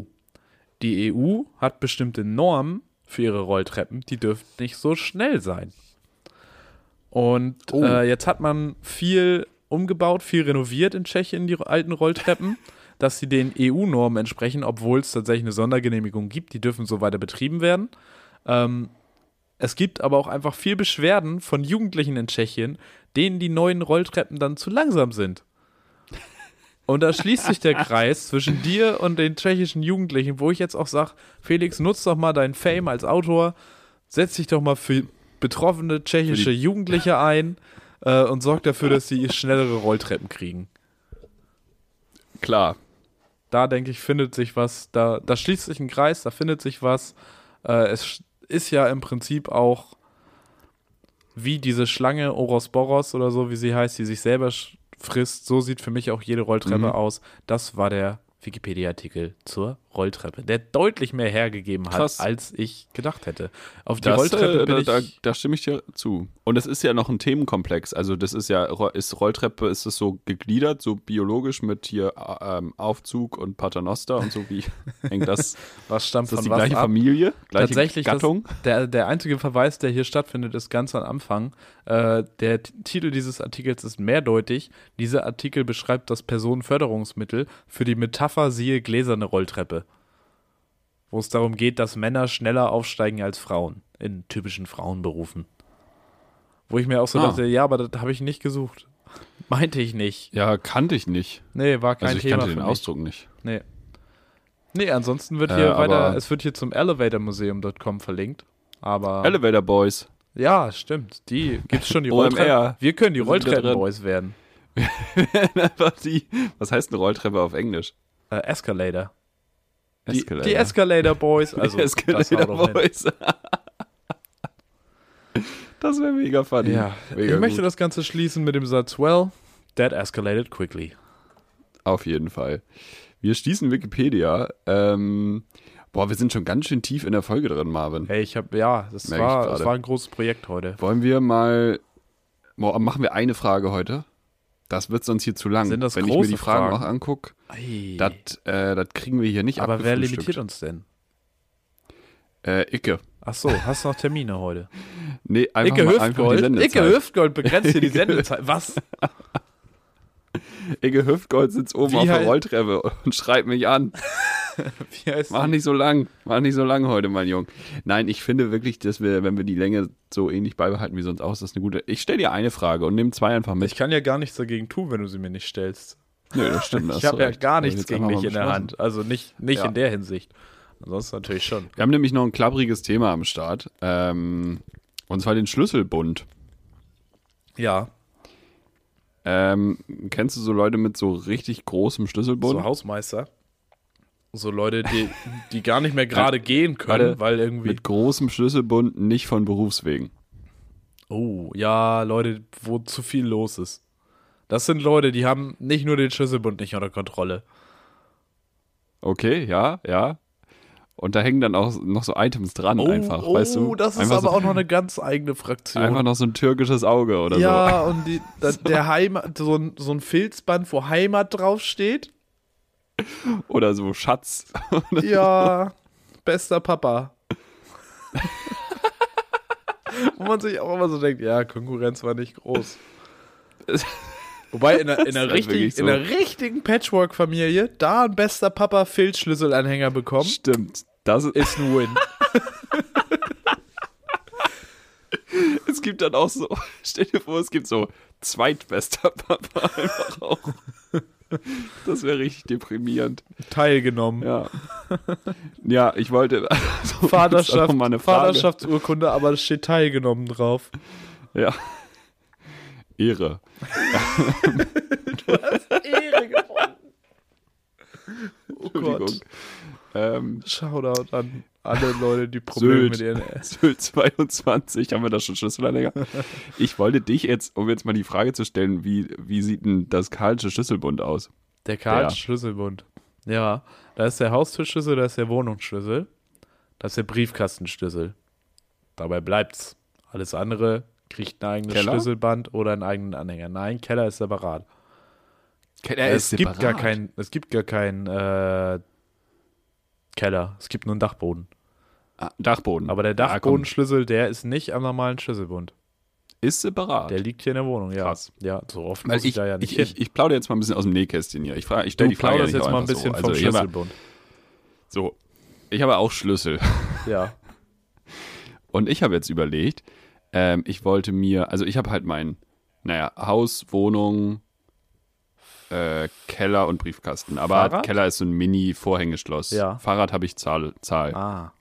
Die EU hat bestimmte Normen für ihre Rolltreppen, die dürfen nicht so schnell sein. Und Oh. äh, jetzt hat man viel umgebaut, viel renoviert in Tschechien, die alten Rolltreppen, dass sie den EU-Normen entsprechen, obwohl es tatsächlich eine Sondergenehmigung gibt, die dürfen so weiter betrieben werden. Ähm, es gibt aber auch einfach viel Beschwerden von Jugendlichen in Tschechien, denen die neuen Rolltreppen dann zu langsam sind. Und da schließt sich der Kreis zwischen dir und den tschechischen Jugendlichen, wo ich jetzt auch sage, Felix, nutz doch mal deinen Fame als Autor, setz dich doch mal für betroffene tschechische Für die- Jugendliche ein äh, und sorg dafür, dass sie schnellere Rolltreppen kriegen. Klar, Da denke ich, findet sich was, da, da schließt sich ein Kreis, da findet sich was. Äh, es sch- ist ja im Prinzip auch wie diese Schlange Orosboros oder so, wie sie heißt, die sich selber sch- frisst. So sieht für mich auch jede Rolltreppe Mhm. aus. Das war der Wikipedia-Artikel zur Rolltreppe, der deutlich mehr hergegeben hat, Krass. als ich gedacht hätte. Auf die das, Rolltreppe äh, bin da, ich, da, da stimme ich dir zu. Und es ist ja noch ein Themenkomplex. Also das ist ja, Ro- ist Rolltreppe, ist es so gegliedert, so biologisch mit hier äh, ähm, Aufzug und Paternoster und so wie hängt das? was stammt Ist das von die was gleiche ab? Familie, gleiche Tatsächlich, das- Gattung? Der, der einzige Verweis, der hier stattfindet, ist ganz am Anfang. Äh, der T Titel dieses Artikels ist mehrdeutig. Dieser Artikel beschreibt das Personenförderungsmittel für die Metapher siehe gläserne Rolltreppe. Wo es darum geht, dass Männer schneller aufsteigen als Frauen in typischen Frauenberufen. Wo ich mir auch so Ah. dachte, ja, aber das habe ich nicht gesucht. Meinte ich nicht. ja, kannte ich nicht. Nee, war kein Also ich Thema. kannte für den mich. Ausdruck nicht. Nee. Nee, ansonsten wird Äh, hier weiter, aber- es wird hier zum elevatormuseum.com verlinkt. Aber Elevator Boys. ja, stimmt. Die gibt's schon die OMR. Rolltreppen. Wir können die Wir sind wieder drin. Rolltreppen-Boys werden. Aber die- Was heißt eine Rolltreppe auf Englisch? Äh, Escalator. Die, Escalator. die Escalator Boys. Die Also, das haut Escalator doch hin. Boys. das wäre mega funny. Ja, mega ich möchte gut. das Ganze schließen mit dem Satz, well, that escalated quickly. Auf jeden Fall. Wir schließen Wikipedia. Ähm, boah, wir sind schon ganz schön tief in der Folge drin, Marvin. Hey, ich habe ja, das Merk ich war, gerade. das war ein großes Projekt heute. Wollen wir mal. Boah, machen wir eine Frage heute? Das wird sonst hier zu lang. Sind das Wenn ich mir große die Fragen, Fragen? auch angucke, Ei. das äh, das kriegen wir hier nicht Aber wer abgefrühstückt. limitiert uns denn? Äh, Icke. Ach so, hast du noch Termine heute? Nee, einfach, Icke mal, einfach die Hüftgold. Sendezeit. Icke Hüftgold begrenzt hier die Icke- Sendezeit. Was? Icke Hüftgold sitzt oben Wie auf der halt- Rolltreppe und schreibt mich an. Wie heißt Mach nicht so lang, mach nicht so lang heute, mein Junge. Nein, ich finde wirklich, dass wir, wenn wir die Länge so ähnlich beibehalten wie sonst aus, das ist eine gute. Ich stelle dir eine Frage und nehme zwei einfach mit. Ich kann ja gar nichts dagegen tun, wenn du sie mir nicht stellst. Nö, das Also stimmt. Ich habe ja gar nichts gegen dich dich in der Hand. Also nicht, nicht Ja. in der Hinsicht. Ansonsten natürlich schon. Wir haben nämlich noch ein klappriges Thema am Start. Ähm, und zwar den Schlüsselbund. Ja, Ähm, kennst du so Leute mit so richtig großem Schlüsselbund? so Hausmeister. So Leute, die, die gar nicht mehr gerade gehen können, Warte, weil irgendwie. mit großem Schlüsselbund nicht von Berufswegen. Oh, ja, Leute, wo zu viel los ist. Das sind Leute, die haben nicht nur den Schlüsselbund nicht unter Kontrolle. Okay, ja, ja. Und da hängen dann auch noch so Items dran, Oh, einfach, oh weißt du? das ist einfach aber so, auch noch eine ganz eigene Fraktion. Einfach noch so ein türkisches Auge oder so. ja, und die, da, der Heimat, so ein, so ein Filzband, wo Heimat draufsteht. Oder so Schatz. Ja, bester Papa. Wo man sich auch immer so denkt, ja, Konkurrenz war nicht groß. Wobei in einer, in einer, Das ist halt richtigen, wirklich so. in einer richtigen Patchwork-Familie da ein bester Papa Filzschlüsselanhänger bekommen, Stimmt. Das, ist ein Win. es gibt dann auch so, stell dir vor, es gibt so zweitbester Papa einfach auch. Das wäre richtig deprimierend. Teilgenommen. Ja. Ja, ich wollte. Also, das ist Vaterschaft, auch mal eine Frage. Vaterschaftsurkunde, aber es steht teilgenommen drauf. Ja. Ehre. Ehre gewonnen. Oh Gott. Entschuldigung. Ähm, Shoutout an alle Leute, die Probleme Sylt. mit ihren Sylt 22, haben wir da schon Schlüsselanhänger? Ich wollte dich jetzt, um jetzt mal die Frage zu stellen, wie, wie sieht denn das Karlsche Schlüsselbund aus? Der Karls Der. Schlüsselbund. Ja, da ist der Haustürschlüssel, da ist der Wohnungsschlüssel, da ist der Briefkastenschlüssel. Dabei bleibt's. Alles andere kriegt ein eigenes Keller? Schlüsselband oder einen eigenen Anhänger. Nein, Keller ist separat. Er es gibt gar keinen, es gibt gar keinen äh, Keller. Es gibt nur einen Dachboden. Dachboden. Ah, Aber der Ja, komm. Dachbodenschlüssel, der ist separat. Der ist nicht am normalen Schlüsselbund. ist separat. Der liegt hier in der Wohnung, ja. Krass. Ja, so oft Weil muss ich, ich, da ja nicht ich, hin. ich, ich plaudere jetzt mal ein bisschen aus dem Nähkästchen hier. Ich, frage, ich stelle Du die Frage ja plauderst nicht jetzt auch mal ein einfach so. also, ich hab bisschen vom mal- Schlüsselbund. So, ich habe auch Schlüssel. Ja. Und ich habe jetzt überlegt, ähm, ich wollte mir, also ich habe halt mein, naja, Haus, Wohnung, äh, Keller und Briefkasten. Aber Fahrrad? Keller ist so ein Mini-Vorhängeschloss. Ja. Fahrrad habe ich Zahl. Zahl. Ah,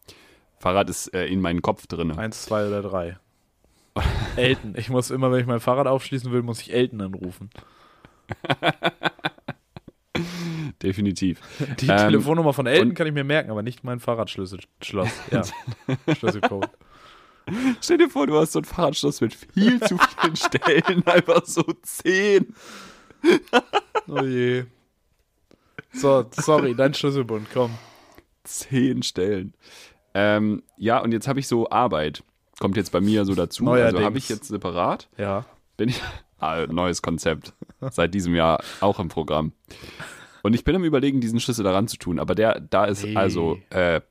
Fahrrad ist äh, in meinen Kopf drin. eins, zwei oder drei. Elton. Ich muss immer, wenn ich mein Fahrrad aufschließen will, muss ich Elton anrufen. Definitiv. Die Ähm, Telefonnummer von Elton und- kann ich mir merken, aber nicht mein Fahrradschlüssel. Schloss. Ja. Schlüsselcode. Stell dir vor, du hast so ein Fahrradschloss mit viel zu vielen Stellen, einfach so zehn. Oh je. So, sorry, dein Schlüsselbund, komm. Zehn Stellen. Ähm, ja, und jetzt habe ich so Arbeit. Kommt jetzt bei mir so dazu. Also Neuerdings. habe ich jetzt separat. Ja. Bin ich. Ah, neues Konzept. Seit diesem Jahr auch im Programm. Und ich bin am überlegen, diesen Schlüssel daran zu tun. Aber der, da ist Nee. also. Äh,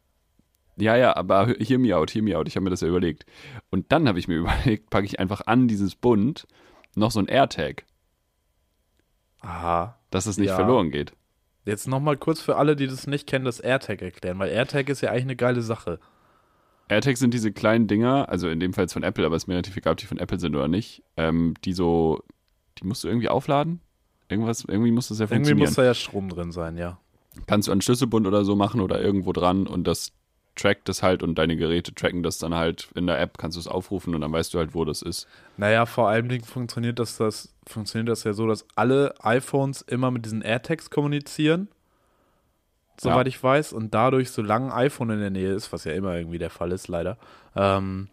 ja, ja, aber hear me out, hear me out. Ich habe mir das ja überlegt. Und dann habe ich mir überlegt, packe ich einfach an dieses Bund noch so ein AirTag, Aha. dass es nicht Ja. verloren geht. Jetzt nochmal kurz für alle, die das nicht kennen, das AirTag erklären, weil AirTag ist ja eigentlich eine geile Sache. AirTags sind diese kleinen Dinger, also in dem Fall jetzt von Apple, aber es ist mir relativ egal, ob die von Apple sind oder nicht, ähm, die so, die musst du irgendwie aufladen. Irgendwas, irgendwie muss das ja Irgendwie funktionieren. muss da ja Strom drin sein, ja. Kannst du an Schlüsselbund oder so machen oder irgendwo dran und das trackt das halt und deine Geräte tracken das dann halt in der App, kannst du es aufrufen und dann weißt du halt, wo das ist. Naja, vor allem Dingen funktioniert das, das, funktioniert das ja so, dass alle iPhones immer mit diesen AirTags kommunizieren, soweit ich weiß, und dadurch, solange ein iPhone in der Nähe ist, was ja immer irgendwie der Fall ist, leider, ähm,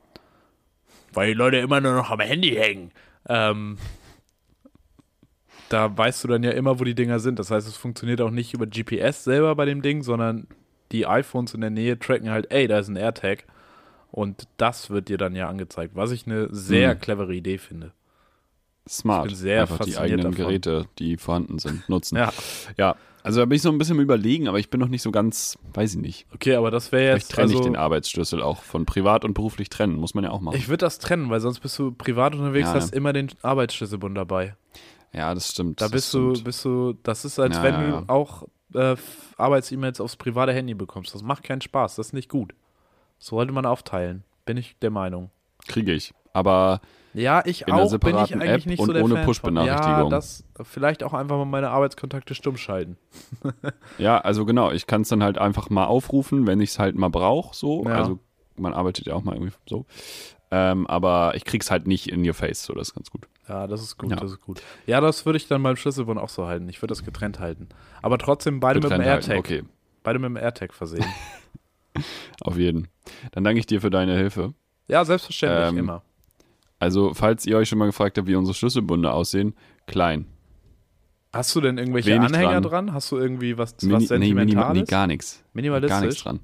weil die Leute immer nur noch am Handy hängen, ähm, da weißt du dann ja immer, wo die Dinger sind. Das heißt, es funktioniert auch nicht über GPS selber bei dem Ding, sondern die iPhones in der Nähe tracken halt, ey, da ist ein AirTag. Und das wird dir dann ja angezeigt, was ich eine sehr Mhm. clevere Idee finde. Smart. Ich bin sehr Einfach die fasziniert eigenen davon. Geräte, die vorhanden sind, nutzen. Ja, ja, also da bin ich so ein bisschen am überlegen, aber ich bin noch nicht so ganz, weiß ich nicht. okay, aber das wäre Vielleicht jetzt. trenne also, ich den Arbeitsschlüssel auch von privat und beruflich trennen, muss man ja auch machen. ich würde das trennen, weil sonst bist du privat unterwegs, Ja, ne. hast immer den Arbeitsschlüsselbund dabei. ja, das stimmt. Da das bist stimmt. du, bist du, das ist, als Ja, wenn ja, ja. du auch äh, F- Arbeits-E-Mails aufs private Handy bekommst. Das macht keinen Spaß, das ist nicht gut. So sollte man aufteilen, bin ich der Meinung. Kriege ich. Aber Ja, ich In einer auch, bin ich separaten eigentlich App nicht und so der ohne Fan Push-Benachrichtigung. Von. Ja, das vielleicht auch einfach mal meine Arbeitskontakte stumm schalten. ja, also genau, ich kann es dann halt einfach mal aufrufen, wenn ich es halt mal brauche, so. Ja. Also man arbeitet ja auch mal irgendwie so. Ähm, aber ich krieg's halt nicht in your face, so das ist ganz gut. Ja, das ist gut, Ja. das ist gut. Ja, das würde ich dann beim Schlüsselbund auch so halten. Ich würde das getrennt halten. Aber trotzdem beide mit Getrennt dem halten, AirTag. Okay, Beide mit dem AirTag versehen. auf jeden. Dann danke ich dir für deine Hilfe. ja, selbstverständlich, Ähm, immer. Also, falls ihr euch schon mal gefragt habt, wie unsere Schlüsselbunde aussehen, klein. Hast du denn irgendwelche wenig Anhänger dran. dran? Hast du irgendwie was, Mini- was minima- Sentimentales? nee, gar nichts. Gar nichts Minimalistisch? dran.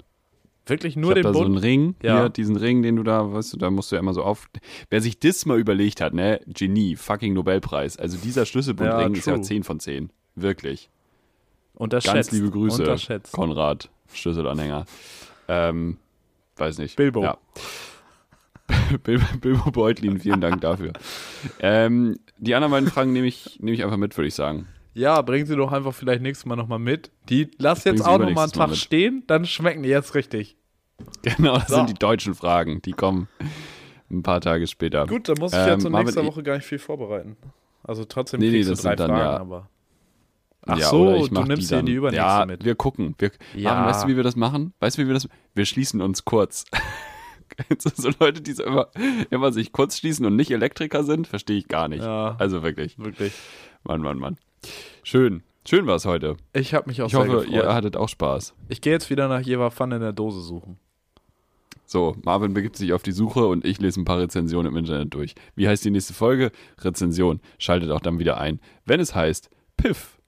Wirklich Nur nur ich den hab da so Bund? einen Ring, Ja. hier, diesen Ring, den du da, weißt du, da musst du ja immer so auf. Wer sich das mal überlegt hat, ne, Genie, fucking Nobelpreis. Also dieser Ja, Schlüsselbundring ist ja true. 10 von 10. Wirklich. unterschätzt. Ganz liebe Grüße, Unterschätzt. Konrad, Schlüsselanhänger. Ähm, weiß nicht. Bilbo. Ja. Bil- Bilbo Beutlin, vielen Dank dafür. ähm, die anderen beiden Fragen nehme ich, nehme ich einfach mit, würde ich sagen. Ja, bring sie doch einfach vielleicht nächstes Mal nochmal mit. Die lass bring jetzt sie auch nochmal einen übernächstes Mal Tag mit. stehen, dann schmecken die jetzt richtig. Genau, das So. sind die deutschen Fragen. Die kommen ein paar Tage später. Gut, dann muss ich Ähm, ja zur Marvin, nächsten ich- Woche gar nicht viel vorbereiten. Also trotzdem Nee, nee, kriegst das du drei sind dann Fragen, ja- aber. Ach Ja, so, oder ich du mach nimmst die sie in dann- die übernächste ja, mit. Wir gucken. Wir, Ja. Marvin, weißt du, wie wir das machen? Weißt du, wie wir das Wir schließen uns kurz. Kennst du so Leute, die so immer, immer sich kurz schließen und nicht Elektriker sind, verstehe ich gar nicht. Ja. Also wirklich. Wirklich. Mann, Mann, Mann. Schön. Schön war es heute. Ich habe mich auch Ich sehr hoffe, gefreut. ihr hattet auch Spaß. ich gehe jetzt wieder nach Jeva Pfanne in der Dose suchen. So, Marvin begibt sich auf die Suche und ich lese ein paar Rezensionen im Internet durch. Wie heißt die nächste Folge? Rezension. Schaltet auch dann wieder ein, wenn es heißt Piff.